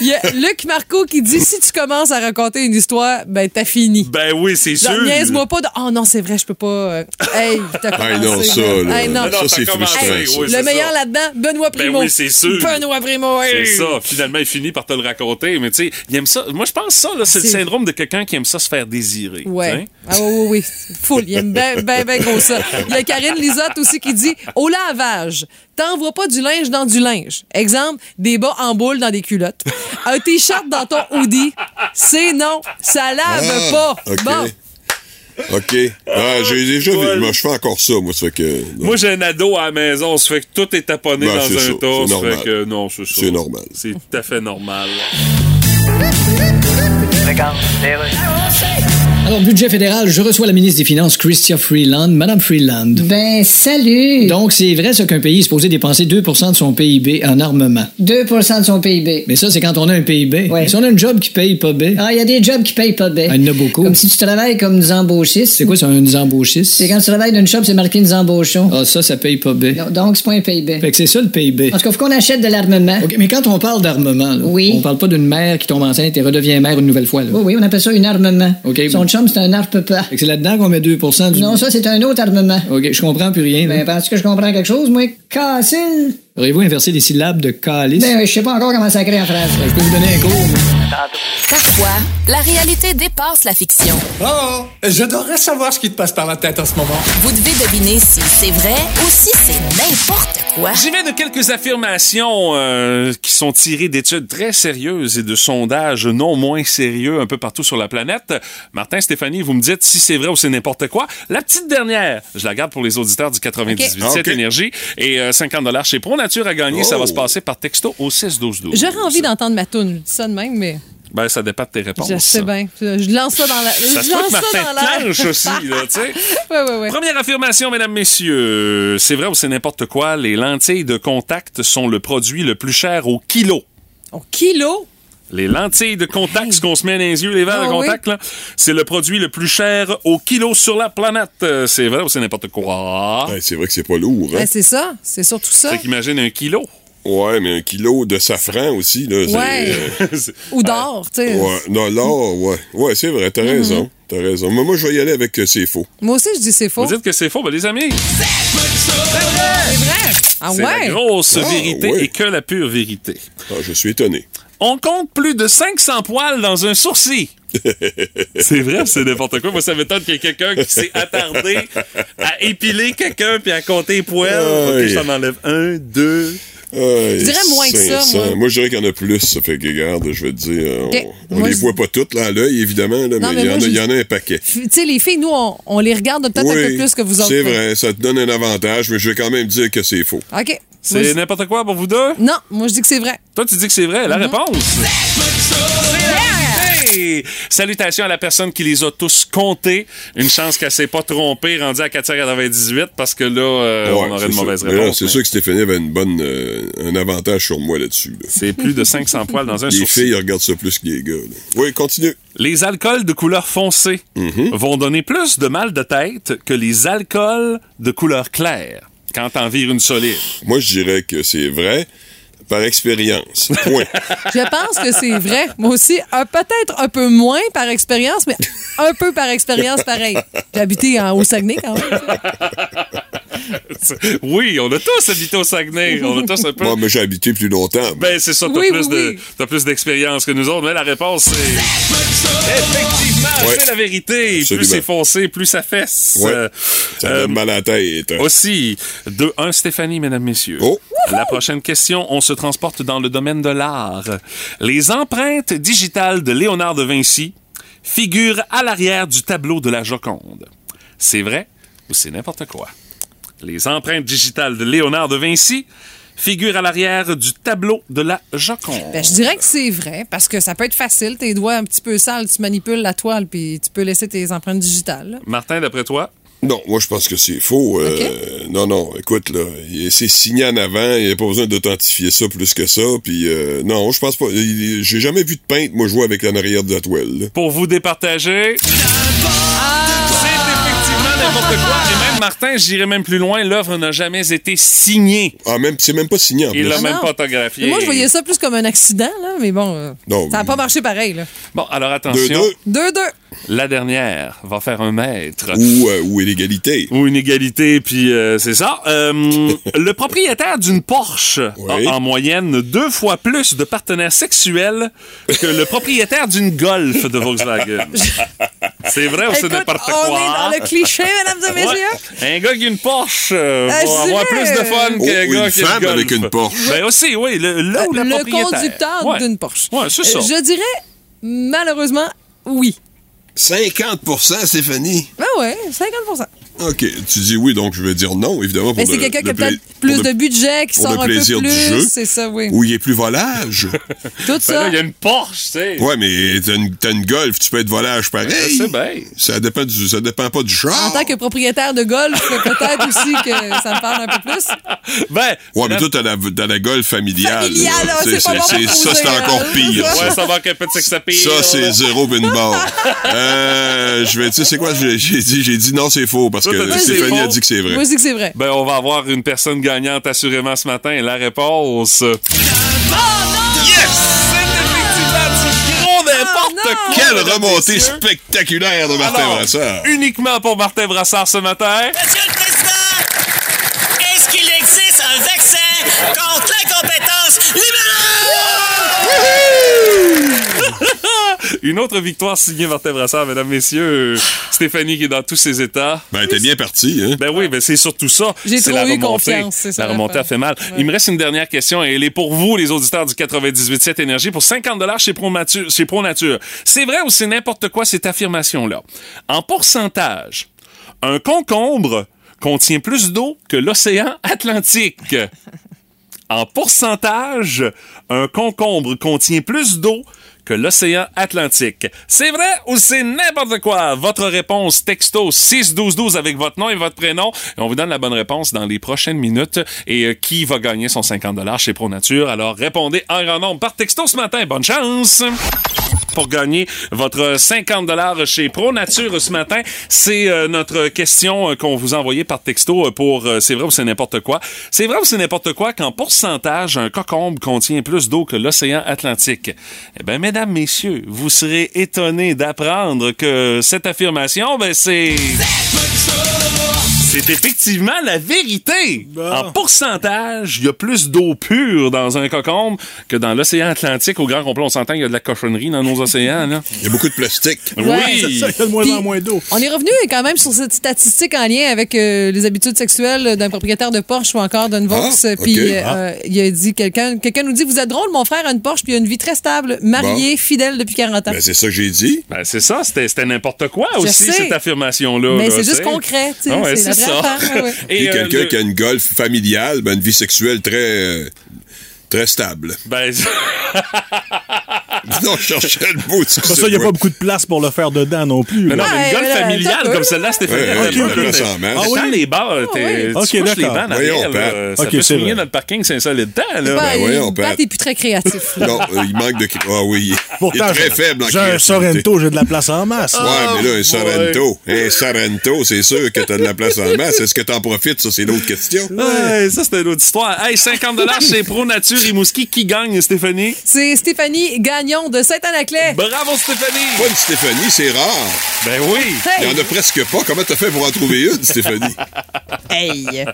Il y a Luc Marco qui dit si tu commences à raconter une histoire, ben, t'as fini.
Ben oui, c'est sûr.
Genre, Niaise-moi pas de Oh non, c'est vrai, je peux pas. euh, Hey, t'as commencé.
Hey, non, ça, là,
Hey, non.
ça, c'est
t'as commencé,
frustrant.
oui,
ça.
c'est
le
ça.
meilleur là-dedans, Benoît
Ben
Primo.
oui, c'est sûr.
Benoît Primo, hey.
C'est ça. Finalement, il finit par te le raconter. Mais tu sais, il aime ça. Moi, je pense ça, là, c'est le
C'est-
syndrome de quelqu'un qui aime ça se faire désirer. tu
Ouais.
sais.
Ah oui, oui, oui. Full. Il aime bien, bien, bien gros ça. Il y a Karine Lisotte aussi qui dit au lavage, t'envoies pas du linge dans du linge. Exemple, des bas en boule dans des culottes. Un t-shirt dans ton hoodie. C'est non. Ça lave
Ah,
ben pas.
OK.
Bon.
OK. Ah, j'ai déjà vu.
Paul.
moi, Je fais encore ça, moi, ça fait que. non,
Moi, j'ai un ado à la maison. Ça fait que tout est taponné
Ben,
dans
c'est ça,
un
c'est
tas. Ça
normal.
fait que non, c'est ça.
C'est normal.
C'est tout à fait normal.
Alors, budget fédéral, je reçois la ministre des Finances, Chrystia Freeland. Madame Freeland.
Ben, salut!
Donc, c'est vrai ce qu'un pays est supposé dépenser 2 de son PIB en armement.
2 de son PIB.
Mais ça, c'est quand on a un PIB.
Ouais.
Si on a un job qui paye pas bien,
Ah, il y a des jobs qui payent pas bien.
Ah, il y en a beaucoup.
Comme si tu travailles comme nous embauchistes.
c'est quoi, ça, un embauchiste?
C'est quand tu travailles d'une shop, c'est marqué nous embauchons.
Ah, ça, ça paye pas bien.
Non, Donc, c'est pas un PIB.
Fait que c'est ça, le PIB.
En tout cas, faut qu'on achète de l'armement.
OK, mais quand on parle d'armement, là,
Oui.
on parle pas d'une mère qui tombe enceinte et redevient mère une nouvelle fois. Là.
Oui, Oh oui, on appelle ça une armement.
OK.
Son chum, c'est un arpe pas.
Fait que c'est là-dedans qu'on met 2 du...
Non, ça, c'est un autre armement.
OK, je comprends plus rien. là.
Ben, penses-tu que je comprends quelque chose, moi? Cassine?
Auriez-vous inversé les syllabes de calice? Ben,
Ben, je sais pas encore comment ça crée en phrase.
Je peux vous donner un cours. moi.
Parfois, la réalité dépasse la fiction.
Oh, j'adorerais savoir ce qui te passe par la tête en ce moment.
Vous devez deviner si c'est vrai ou si c'est n'importe quoi.
J'y vais de quelques affirmations euh, qui sont tirées d'études très sérieuses et de sondages non moins sérieux un peu partout sur la planète. Martin, Stéphanie, vous me dites si c'est vrai ou c'est n'importe quoi. La petite dernière, je la garde pour les auditeurs du 98
Ok. Ok.
Énergie et euh, 50 dollars chez Pro Nature à gagner. Ça va se passer par texto au 6 12 12.
Oh. J'aurais envie d'entendre ma toune. Je dis ça de même, mais
Ben ça dépend de tes réponses.
je sais bien. Je lance ça dans la.
Ça
je
se peut que
lance ça
Martin
dans l'air.
planche aussi, là, tu sais.
(laughs) Ouais, ouais, ouais.
Première affirmation, mesdames, messieurs. C'est vrai ou c'est n'importe quoi, les lentilles de contact sont le produit le plus cher au kilo.
Au kilo.
Les lentilles de contact, ce qu'on se met dans les yeux, les verres
Ah
de contact, là, c'est le produit le plus cher au kilo sur la planète. Euh, C'est vrai ou c'est n'importe quoi?
Ouais, c'est vrai que c'est pas lourd. Hein?
Ben, c'est ça. C'est surtout ça.
Fait qu'imagine un kilo.
Ouais, mais un kilo de safran aussi, là. Euh, (laughs) c'est-
Ouais. Ou d'or, tu sais.
Ouais, non, là, ouais. Ouais, c'est vrai, t'as
Mm-hmm.
raison. T'as raison. Mais moi, je vais y aller avec euh, c'est faux.
Moi aussi, je dis c'est faux.
Vous dites que c'est faux, ben, les amis.
C'est vrai. Ah
C'est la
ouais.
grosse
Ah,
vérité
ouais.
et que la pure vérité.
Ah, je suis étonné.
On compte plus de 500 poils dans un
(laughs)
sourcil. c'est vrai, ou c'est n'importe quoi. Moi, ça m'étonne qu'il y ait quelqu'un qui s'est attardé à épiler quelqu'un puis à compter les poils. Ok,
Aïe.
je t'en enlève un, deux.
Je
dirais moins que ça, moi.
je dirais qu'il y en a plus. Ça fait que, regarde, je vais te dire, euh,
Ok.
on, on
Moi,
les
je-
voit pas toutes, là, à l'œil, évidemment, là,
Non,
mais
mais
il y,
moi,
en a-
je-
il y en a un paquet.
Tu sais, les filles, nous, on, on les regarde peut-être un peu
Oui,
plus que vous autres.
C'est vrai, ça te donne un avantage, mais je vais quand même dire que c'est faux.
OK. Moi,
C'est
je-
n'importe quoi pour vous deux?
Non, moi, je dis que c'est vrai.
Toi, tu dis que c'est vrai. La réponse. C'est la vérité. Salutations à la personne qui les a tous comptés. Une chance qu'elle s'est pas trompée, rendue à 498, parce que là, euh,
Ouais,
on aurait
c'est
une
sûr.
mauvaise
Mais là,
réponse.
C'est
mais
sûr que Stéphanie avait une bonne, euh, un avantage sur moi là-dessus. là.
C'est plus de 500 poils dans un
Les
sourcil.
filles regardent ça plus que les gars. là. Oui, continue.
Les alcools de couleur foncée
Mhm.
vont donner plus de mal de tête que les alcools de couleur claire quand t'en vires une solide. (laughs)
Moi, je dirais que c'est vrai par expérience.
(laughs)
Point.
Je pense que c'est vrai. Moi aussi, un- peut-être un peu moins par expérience, mais un peu par expérience pareil. J'ai habité en, au Saguenay quand même.
Oui, on a tous habité au Saguenay. On a tous un peu...
Moi, mais j'ai habité plus longtemps. moi.
Ben, c'est ça, t'as
Oui,
plus,
oui,
de-
oui.
t'as plus d'expérience que nous autres, mais la réponse, c'est... Effectivement,
Ouais.
c'est la vérité.
Absolument.
Plus c'est foncé, plus ça fesse.
Ouais.
Euh,
ça
euh,
donne mal à la tête. hein.
Aussi, 2-1 Stéphanie, mesdames, messieurs.
Oh.
La prochaine question, on se transporte dans le domaine de l'art. Les empreintes digitales de Léonard de Vinci figurent à l'arrière du tableau de la Joconde. C'est vrai ou c'est n'importe quoi? Les empreintes digitales de Léonard de Vinci figurent à l'arrière du tableau de la Joconde.
Ben, je dirais que c'est vrai parce que ça peut être facile. Tes doigts un petit peu sales, tu manipules la toile puis tu peux laisser tes empreintes digitales.
Martin, d'après toi?
Non, moi je pense que c'est faux. Euh, Non, non, écoute, là, il- c'est signé en avant, il n'y a pas besoin d'authentifier ça plus que ça. Puis euh, non, je pense pas. il- J'ai jamais vu de peintre, moi, jouer avec l'en arrière de la toile.
Pour vous départager. C'est effectivement n'importe quoi. Et même Martin, j'irai même plus loin, l'œuvre n'a jamais été signée.
Ah, même, c'est même pas signé en
Il
plus.
l'a
Ah
même
non.
pas autographié.
Mais Moi, je voyais ça plus comme un accident, là, mais bon, euh,
Non,
ça n'a pas marché pareil. Là.
Bon, alors attention.
Deux, deux.
La dernière va faire un maître.
Ou, euh, ou une égalité.
Ou une égalité, puis euh, c'est ça. Euh, le propriétaire d'une Porsche a en moyenne deux fois plus de partenaires sexuels que le propriétaire d'une Golf
(laughs)
de Volkswagen. c'est vrai ou c'est
Écoute,
n'importe
on
quoi? hein.
est dans le cliché, mesdames et
Ouais.
messieurs.
Un gars qui a une Porsche euh,
Ah,
va
je
avoir
dirais,
plus de fun
euh,
qu'un
Oh,
gars
une
qui a
femme
Golf.
avec une Porsche.
Ben aussi, oui, le, là où la
le
propriétaire.
conducteur
Ouais.
d'une Porsche.
Ouais, c'est ça.
Euh, Je dirais, malheureusement, oui.
50 Stéphanie.
Ben ouais, 50
OK, tu dis oui, donc je vais dire non, évidemment. Pour
Mais c'est
le-
quelqu'un
le
qui a
pla-
peut-être plus
pour
de
le-
budget, qui
pour le
sort un peu
plaisir du jeu.
plus. C'est ça, oui.
Où il est plus
(laughs)
volage.
Tout ça.
Ben il y a une Porsche, tu sais.
Ouais, mais t'as une, t'as une golf, tu peux être volage pareil.
Je sais bien.
Ça dépend, du, ça dépend pas du
En
genre.
tant que propriétaire de
(laughs)
golf, peut-être aussi que Euh, ça me parle un peu plus.
Ben.
Ouais, mais toi, t'as la, t'as la golf familiale.
Familiale,
là.
hein, c'est pas bon pour
Ça, c'est
poser,
encore
hein.
pire.
Ouais, ça va qu'un petit sapir.
Ça, c'est zéro pin barre. Euh, je vais, tu sais, c'est quoi, j'ai j'ai dit, j'ai dit non, c'est faux, parce
Toi,
que
t'as dit c'est
Stéphanie a
faux.
dit que c'est vrai.
Moi aussi que c'est vrai.
Ben, on va avoir une personne gagnante assurément ce matin. La réponse. Yes! C'est effectivement du gros
Ah,
n'importe quoi!
Quelle
mesdames,
remontée
messieurs.
spectaculaire de Martin
Alors,
Brassard.
Uniquement pour Martin Brassard ce matin.
Est-ce qu'il existe un vaccin contre l'incompétence
Une autre victoire signée Martin Brassard, mesdames, messieurs. Stéphanie qui est dans tous ses états.
Ben, t'es bien parti, hein?
Ben oui, ben c'est surtout ça.
J'ai
C'est
trop
la
eu
remontée.
confiance, c'est ça
La remontée a
l'affaire.
fait mal. Il me reste une dernière question et elle est pour vous, les auditeurs du 98.7 Énergie, pour 50 chez Pro, Matu- chez Pro Nature. C'est vrai ou c'est n'importe quoi cette affirmation-là? En pourcentage, un concombre contient plus d'eau que l'océan Atlantique. En pourcentage, un concombre contient plus d'eau que l'océan Atlantique. C'est vrai ou c'est n'importe quoi? Votre réponse, texto 61212 avec votre nom et votre prénom. Et on vous donne la bonne réponse dans les prochaines minutes. Et euh, qui va gagner son 50 chez ProNature? Alors répondez en grand nombre par texto ce matin. Bonne chance! pour gagner votre 50 chez Pro Nature ce matin. C'est euh, notre question euh, qu'on vous a envoyée par texto euh, pour euh, c'est vrai ou c'est n'importe quoi. C'est vrai ou c'est n'importe quoi qu'en pourcentage un cocombe contient plus d'eau que l'océan Atlantique. Eh bien, mesdames, messieurs, vous serez étonnés d'apprendre que cette affirmation, ben c'est c'est effectivement la vérité. En pourcentage, il y a plus d'eau pure dans un cocombe que dans l'océan Atlantique au grand complet. On s'entend, il y a de la cochonnerie dans nos océans. Il
y a beaucoup de plastique.
Oui.
Ça, ça fait de moins en moins d'eau.
On est revenu quand même sur cette statistique en lien avec euh, les habitudes sexuelles d'un propriétaire de Porsche ou encore d'une Vaux.
Ah, ok.
Puis euh,
Ah.
euh, il a dit quelqu'un quelqu'un nous dit Vous êtes drôle, mon frère a une Porsche, puis il a une vie très stable, marié, fidèle depuis 40 ans.
Ben, c'est ça que j'ai dit.
Ben, c'est ça, c'était c'était n'importe quoi
Je
aussi,
sais.
cette affirmation-là.
Mais
là,
c'est
tu
juste
sais.
concret, tu sais,
Ah ouais,
c'est la
c'est
vraie
ça.
affaire, ouais,
(laughs)
ouais.
Et,
euh,
quelqu'un
le-
qui a une golf familiale, ben, une vie sexuelle très, euh, très stable. (laughs)
Ben, (laughs)
non, je cherchais le mot.
Pour ça, il n'y a pas beaucoup de place pour le faire dedans non plus.
Mais non,
là.
mais une golf familiale comme celle-là, Stéphanie.
Ouais,
attends
ouais,
un
il y en
peu,
a
là,
sans
t'es-
masse.
t'es
Ah oui?
dans les bars, t'es-
oui.
tu
Ok,
couches les
d'accord.
bancs en
Voyons,
arrière, là,
Pat.
Ça
Ok, c'est
peut swinguer
vrai.
dans le parking, c'est un solide temps. là.
Ben,
Ben,
il bat et puis très créatif. là.
(laughs) Non, euh, il manque de. Ah oui.
Pourtant,
il est
j'ai-
très faible en
j'ai un
créativité.
Sorrento, j'ai de la place en masse.
Ouais, mais là, un Sorrento. Un Sorrento, c'est sûr que t'as de la place en masse. Est-ce que t'en profites? Ça, c'est l'autre question.
Ouais, ça, c'était une autre histoire. Hey, 50 chez Pro Nature et Mouski. Qui gagne,
(laughs)
Stéphanie?
C'est Stéphanie Gagnon de Saint-Anaclet.
Bravo, Stéphanie!
Bonne Stéphanie, c'est rare.
Ben oui.
Il y en a presque pas. Comment t'as fait pour en trouver
(laughs)
une, Stéphanie?
Hey!
Hey,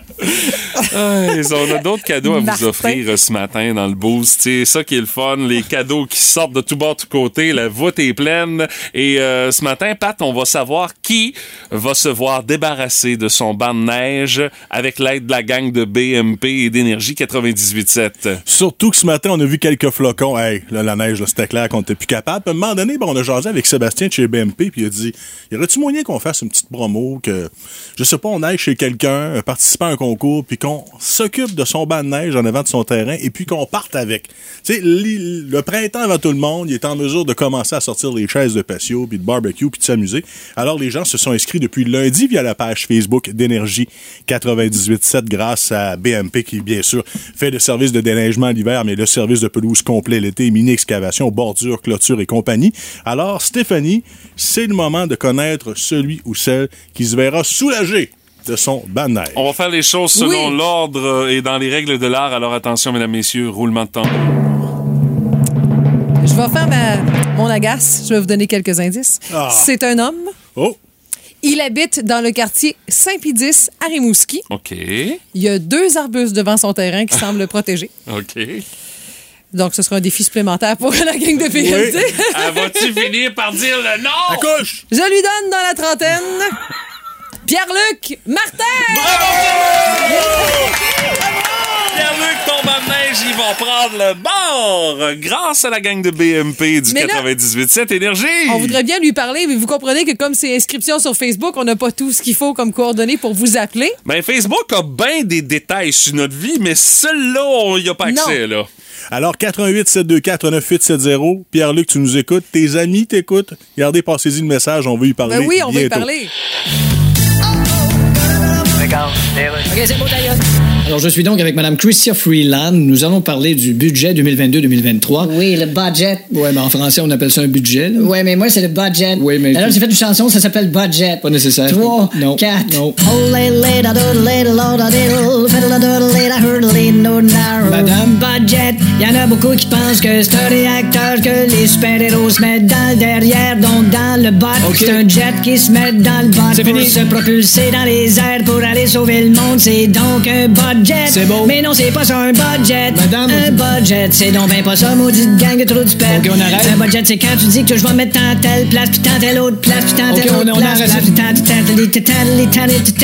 on a d'autres cadeaux à vous
Martin.
offrir euh, ce matin dans le boost. C'est ça qui est le fun, les cadeaux qui sortent de tous bords, tous côtés. La voûte est pleine. Et euh, ce matin, Pat, on va savoir qui va se voir débarrasser de son banc de neige avec l'aide de la gang de BMP et d'énergie 98.7.
Surtout que ce matin, on a vu quelques flocons. Hey, là, la neige, là, c'était clair qu'on n'était plus capable. Puis à un moment donné, ben, on a jasé avec Sébastien de chez BMP, puis il a dit Y aurait-tu moyen qu'on fasse une petite promo, que, je sais pas, on aille chez quelqu'un, euh, participer à un concours, puis qu'on s'occupe de son banc de neige en avant de son terrain, et puis qu'on parte avec. Tu sais, li- le printemps avant tout le monde, il est en mesure de commencer à sortir les chaises de patio, puis de barbecue, puis de s'amuser. Alors les gens se sont inscrits depuis lundi via la page Facebook d'énergie 98.7 grâce à BMP qui, bien sûr, fait le service de déneigement l'hiver, mais le service de pelouse complet l'été, mini-excavation, bordure, clôture et compagnie. Alors, Stéphanie, c'est le moment de connaître celui ou celle qui se verra soulagé de son banal.
On va faire les choses selon
Oui.
l'ordre euh, et dans les règles de l'art. Alors attention, mesdames, messieurs, roulement de tambour.
Je vais faire ma- mon agace. Je vais vous donner quelques indices.
Ah.
C'est un homme.
Oh.
Il habite dans le quartier Saint-Pédis à Rimouski.
OK.
Il y a deux arbustes devant son terrain qui semblent le protéger.
OK.
Donc, ce sera un défi supplémentaire pour (laughs) la gang de PLD.
Elle va-tu Ah, finir par dire le nom? La couche!
(laughs) Je lui donne dans la trentaine Pierre-Luc Martin!
Pierre-Luc tombe à neige, ils vont prendre le bord grâce à la gang de BMP du
Mais là-
98.7 Énergie.
On voudrait bien lui parler, mais vous comprenez que comme c'est inscription sur Facebook, on n'a pas tout ce qu'il faut comme coordonnées pour vous appeler.
Ben, Facebook a bien des détails sur notre vie, mais celle-là, on y a pas accès, là.
Alors, 88 724 9870 Pierre-Luc, tu nous écoutes, tes amis t'écoutent. Regardez, passez-y le message, on veut y parler.
Ben oui, on va y
bientôt.
parler. (laughs)
OK, c'est beau, d'ailleurs.
Alors, je suis donc avec Mme Christia Freeland. Nous allons parler du budget 2022-2023. Oui, le budget. Oui, mais ben, en français, on appelle ça un budget. là.
Ouais, mais moi, c'est le budget.
Oui, Mm. mais-
Alors, j'ai fait une chanson, ça s'appelle Budget.
Pas nécessaire.
Trois,
non.
quatre. Oh,
Non.
Madame Budget, y en a beaucoup qui pensent que c'est un réacteur que les super-héros se mettent dans le derrière, donc dans le bot.
Ok.
C'est un jet qui se met dans le bot
C'est
pour
fini.
se propulser dans les airs pour aller sauver le monde. C'est donc un budget.
C'est bon.
Mais non, c'est pas ça un budget.
Madame-
Un budget, c'est donc ben pas ça, maudite gang de trou de pète.
Ok, on arrête.
Un budget, c'est quand tu dis que je vais mettre tant telle place, puis tant telle autre place, puis tant
Ok,
telle
on-
autre
on
place,
arrête ça.
puis tant telle autre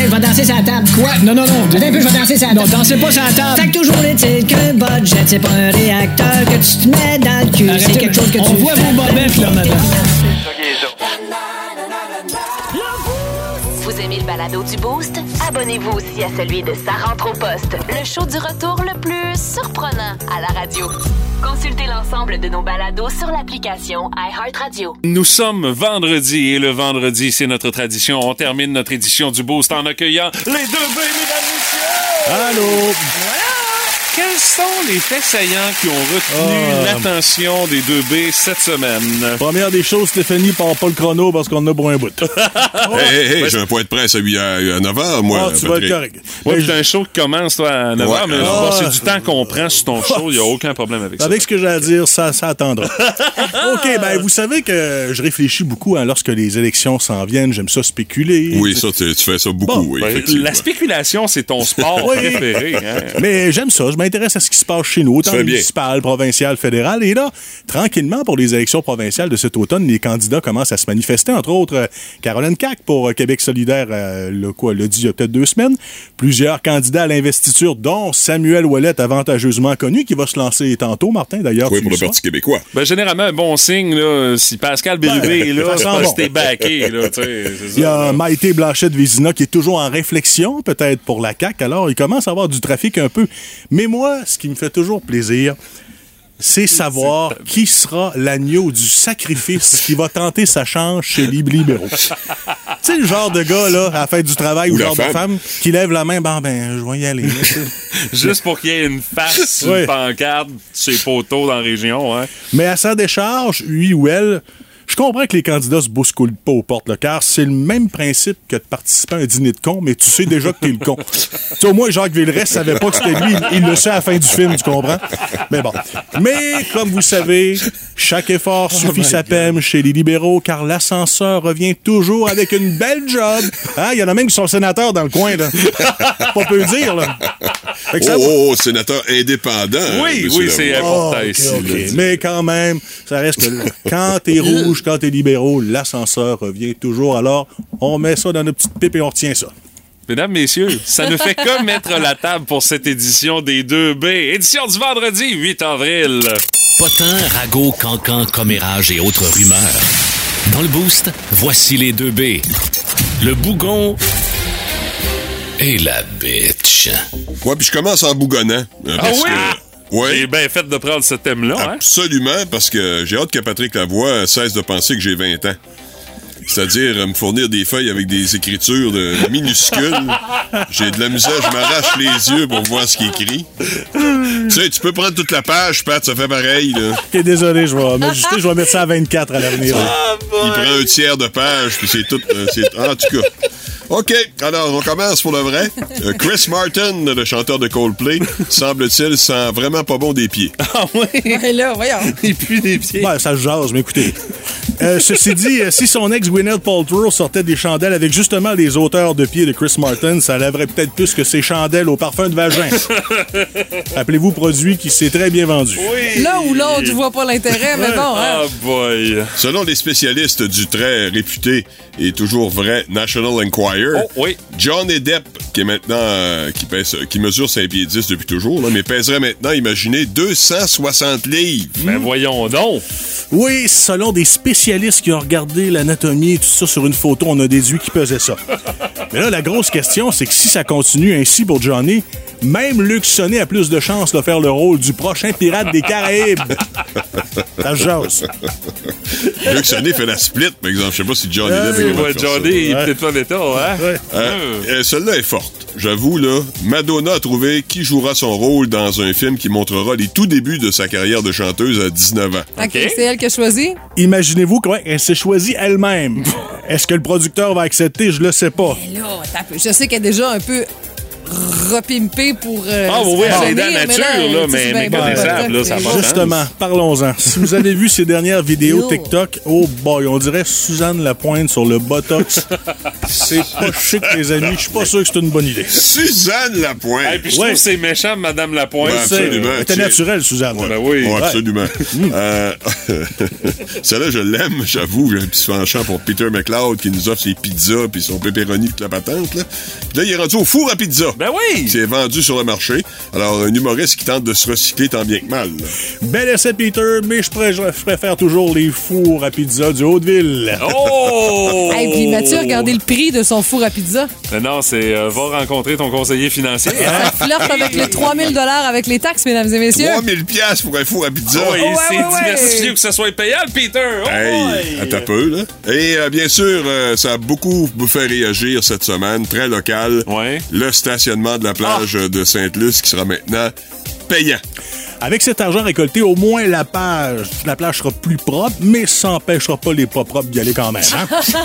Je vais danser sur la table.
Quoi? Non, non, non.
Attends un peu, je vais danser sur la
Non,
table.
dansez pas sur la table.
Fait que toujours est-il qu'un budget, c'est pas un réacteur que tu te mets dans le cul. C'est
Arrêtez,
quelque chose que
on
tu
voit vos bobettes, là, madame.
Vous aimez le balado du Boost? Abonnez-vous aussi à celui de Sa rentre au poste, le show du retour le plus surprenant à la radio. Consultez l'ensemble de nos balados sur l'application iHeartRadio.
Nous sommes vendredi et le vendredi, c'est notre tradition. On termine notre édition du Boost en accueillant les deux bébés,
Ah.
mesdames, messieurs!
Allô?
Quels sont les faits saillants qui ont retenu
Ah.
l'attention des deux B cette semaine?
Première des choses, Stéphanie, part pas le chrono parce qu'on en a pour un bout.
Hey, hey, hey, j'ai un point de presse à, 8 à- à 9 h, moi.
Ah, tu vas
Patrick.
être correct.
Ouais, puis t'as un show qui commence toi, à 9h,
Ouais.
mais
Ah.
bon, c'est du temps qu'on prend sur ton show, il n'y a aucun problème avec ça.
Avec ce que j'ai à dire, ça, ça attendra. OK, ben vous savez que je réfléchis beaucoup hein, lorsque les élections s'en viennent. J'aime ça spéculer.
Oui, ça, tu, tu fais ça beaucoup,
Bon,
oui,
Ben,
effectivement.
la spéculation, c'est ton sport
Oui.
préféré. hein.
(laughs) Mais j'aime ça, je m'intéresse à ce qui se passe chez nous, autant
fais bien.
municipal, provincial, fédéral. Et là, tranquillement, pour les élections provinciales de cet automne, les candidats commencent à se manifester. Entre autres, euh, Caroline Cac pour euh, Québec solidaire, euh, le quoi, le dit il y a peut-être deux semaines. Plusieurs candidats à l'investiture, dont Samuel Ouellet, avantageusement connu, qui va se lancer tantôt, Martin, d'ailleurs.
Oui,
tu
pour
le
le
sois.
Parti québécois.
Ben, généralement, un bon signe, là, si Pascal Bérubé est là,
Ben, ça sent
c'est parce
bon.
que t'es backé, là, tu sais, c'est ça.
Il y a Maïté Blanchette-Vézina qui est toujours en réflexion, peut-être pour la CAQ. Alors, il commence à avoir du trafic un peu. Mais moi, ce qui me fait toujours plaisir, c'est savoir qui sera l'agneau du sacrifice qui va tenter sa chance chez les libéraux. tu sais, le genre de gars, là, à la fête du travail,
Ou
ou le
la
genre de
femme.
femme, qui lève la main, ben, ben, je vais y aller. là, tu sais.
Juste pour qu'il y ait une face sur
Ouais.
une pancarte chez Poteau dans la région. Hein.
Mais à sa décharge, lui ou elle, je comprends que les candidats se bousculent pas aux portes, là, car c'est le même principe que de participer à un dîner de con, mais tu sais déjà que t'es
(laughs)
le con. tu sais, au moins, Jacques Villeray savait pas que c'était lui. Il le sait à la fin du film, tu comprends? Mais bon. Mais, comme vous savez, chaque
Oh
effort suffit sa peine chez les libéraux, car l'ascenseur revient toujours avec une belle job. Hein, Il y en a même qui sont sénateurs dans le coin, là. pas peu dire, là. Fait que
Oh,
ça va.
oh, oh, sénateur indépendant.
Euh,
Oui,
monsieur
oui,
Lavoie.
c'est important ici.
Oh, OK,
là.
Mais quand même, ça reste que là, quand t'es rouge, quand t'es libéraux, l'ascenseur revient toujours. Alors, on met ça dans notre petite pipe et on retient ça.
Mesdames, messieurs, ça ne fait que mettre la table pour cette édition des 2B. Édition du vendredi 8 avril.
Potin, ragot, cancan, commérage et autres rumeurs. Dans le boost, voici les deux B. Le bougon et la bitch.
euh,
Ouais, puis je commence en bougonnant. hein,
Ah oui?
Ouais.
J'ai bien fait de prendre ce thème-là. Hein?
Absolument, parce que j'ai hâte que Patrick Lavoie cesse de penser que j'ai 20 ans. C'est-à-dire euh, me fournir des feuilles avec des écritures de minuscules. J'ai de la misère, je m'arrache les yeux pour voir ce qu'il écrit. Tu sais, tu peux prendre toute la page, Pat, ça fait pareil. Là.
Ok, désolé, je vais, m'ajuster, je vais mettre ça à 24 à l'avenir.
Il prend un tiers de page, puis c'est tout. euh, c'est- en tout cas. OK, alors on commence pour le vrai. Euh, Chris Martin, le chanteur de Coldplay, semble-t-il, sent vraiment pas bon des pieds.
Ah oui?
là, voyons.
Il pue des pieds.
Ouais, ça se jase, mais écoutez. Euh, ceci dit, euh, si son ex Gwyneth Paltrow sortait des chandelles avec justement les auteurs de pieds de Chris Martin, ça lèverait peut-être plus que ses chandelles au parfum de vagin. Appelez-vous produit qui s'est très bien vendu.
Là ou l'autre, je vois pas l'intérêt, mais bon, hein.
Ah, boy!
Selon les spécialistes du très réputé et toujours vrai National Enquirer,
Oh,
John Depp, qui est maintenant euh, qui, pèse, qui mesure 5 pieds 10 depuis toujours, là, mais pèserait maintenant, imaginez,
(laughs)
260 livres.
Ben voyons donc!
Oui, selon des spécialistes qui ont regardé l'anatomie et tout ça sur une photo, on a déduit qu'il pesait ça. Mais là, la grosse question, c'est que si ça continue ainsi pour Johnny, même Luc Sonnet a plus de chances de faire le rôle du prochain pirate des Caraïbes. Ça se jase.
Luc Sonnet fait la split, par exemple. Je sais pas si Johnny
Ah,
Depp est
ouais,
capable de faire
Johnny,
ça.
il est peut-être pas d'état, hein?
Euh, euh, Celle-là est forte. J'avoue, là, Madonna a trouvé qui jouera son rôle dans un film qui montrera les tout débuts de sa carrière de chanteuse à 19 ans.
Ah,
OK, c'est elle qui a choisi.
Imaginez-vous qu'elle s'est choisie elle-même. Est-ce que le producteur va accepter? Je le sais pas.
Là, attends un peu. je sais qu'elle est déjà un peu repimpée pour. euh,
Ah, oui, oui, elle est dans la
mais
nature, là,
tu dis,
mais-
ben,
mais
bon,
connaissable, là, ça a pas hein? de sens.
Justement, parlons-en. Si vous avez vu ces dernières vidéos
Yo.
TikTok, oh boy, on dirait Suzanne Lapointe sur le Botox. C'est pas chic, les amis. Je suis pas sûr que c'est une bonne idée.
Suzanne Lapointe!
Et Ah. puis je trouve
Ouais.
que c'est méchant, Madame Lapointe.
Ben, absolument.
Elle était
Tu sais.
naturelle, Suzanne.
Ouais.
Ben oui.
Ouais, Oh, absolument. Euh, (laughs) Celle-là, je l'aime, j'avoue. J'ai un petit penchant pour Peter McLeod qui nous offre ses pizzas puis son pepperoni toute la patente. Là. Puis là, il est rendu au four à pizza.
Ben
(laughs)
oui!
C'est vendu sur le marché. Alors, un humoriste qui tente de se recycler tant bien que mal. là.
Bel essai, Peter, mais je, pré- je préfère toujours les fours à pizza du Haut-de-Ville.
Oh!
Hey, puis Mathieu a regardé le prix de son four à pizza.
Mais non, c'est euh, va rencontrer ton conseiller financier.
Hein?
Ça flirte avec les 3000 avec les taxes, mesdames et messieurs.
3000 piastres pour un four à pizza.
Oh, il s'est diversifié que ce soit payable, Peter! Oh,
Hey,
boy!
attends un peu, là. Et euh, bien sûr, euh, ça a beaucoup fait réagir cette semaine, très local. Le stationnement de la plage euh, de Sainte-Luce qui sera maintenant payant.
Avec cet argent récolté, au moins la plage, la plage sera plus propre, mais ça n'empêchera pas les pas propres d'y aller quand même. hein?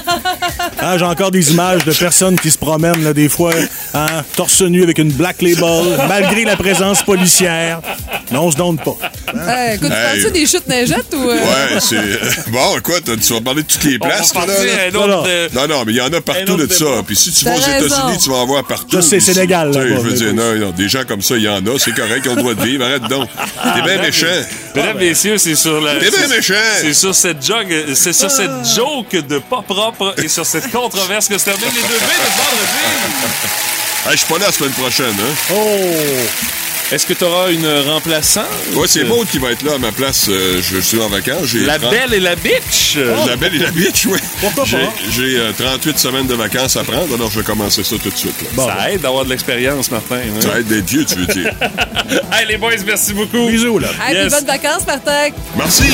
Ah, J'ai encore des images de personnes qui se promènent, là, des fois, hein, torse nu avec une black label, malgré la présence policière. Non, on se donne pas.
Euh, écoute,
Hey.
tu tu des chutes neigettes ou. euh,
Ouais, c'est. Bon, quoi, t'as- tu vas parler de toutes les
On va
places, toi, là,
partir
là.
à un autre, euh,
Non, non, mais il y en a partout de ça. Puis si tu vas
T'as
aux
raison.
États-Unis, tu vas en voir partout.
Je sais, c'est
Puis si-
légal,
tu sais,
là-bas,
Je veux
mais
dire, non, non, des gens comme ça, il y en a. C'est correct, ils ont le droit de vivre. Arrête donc. T'es bien méchant.
Mesdames, messieurs, c'est sur la.
Ah, ben. T'es bien
c'est-
méchant. Ah.
C'est sur cette jog, euh, c'est sur cette joke de pas propre et sur cette controverse que se terminent les deux B de vendredi.
Hey, Je suis pas là la semaine prochaine, hein.
Oh!
Est-ce que tu auras une remplaçante?
Ouais, c'est Maud qui va être là à ma place. Euh, je, je suis en vacances. J'ai
La
30
belle et la bitch!
Oh,
Euh, La belle et la bitch, oui.
Pourquoi pas?
J'ai- J'ai euh, 38 semaines de vacances à prendre, alors je vais commencer ça tout de suite. là.
Ça aide d'avoir de l'expérience, Martin. hein?
Ça va être des dieux, tu veux dire.
hey, les boys, merci beaucoup.
Bisous, là.
Hey, puis bonnes vacances, Martin.
Merci.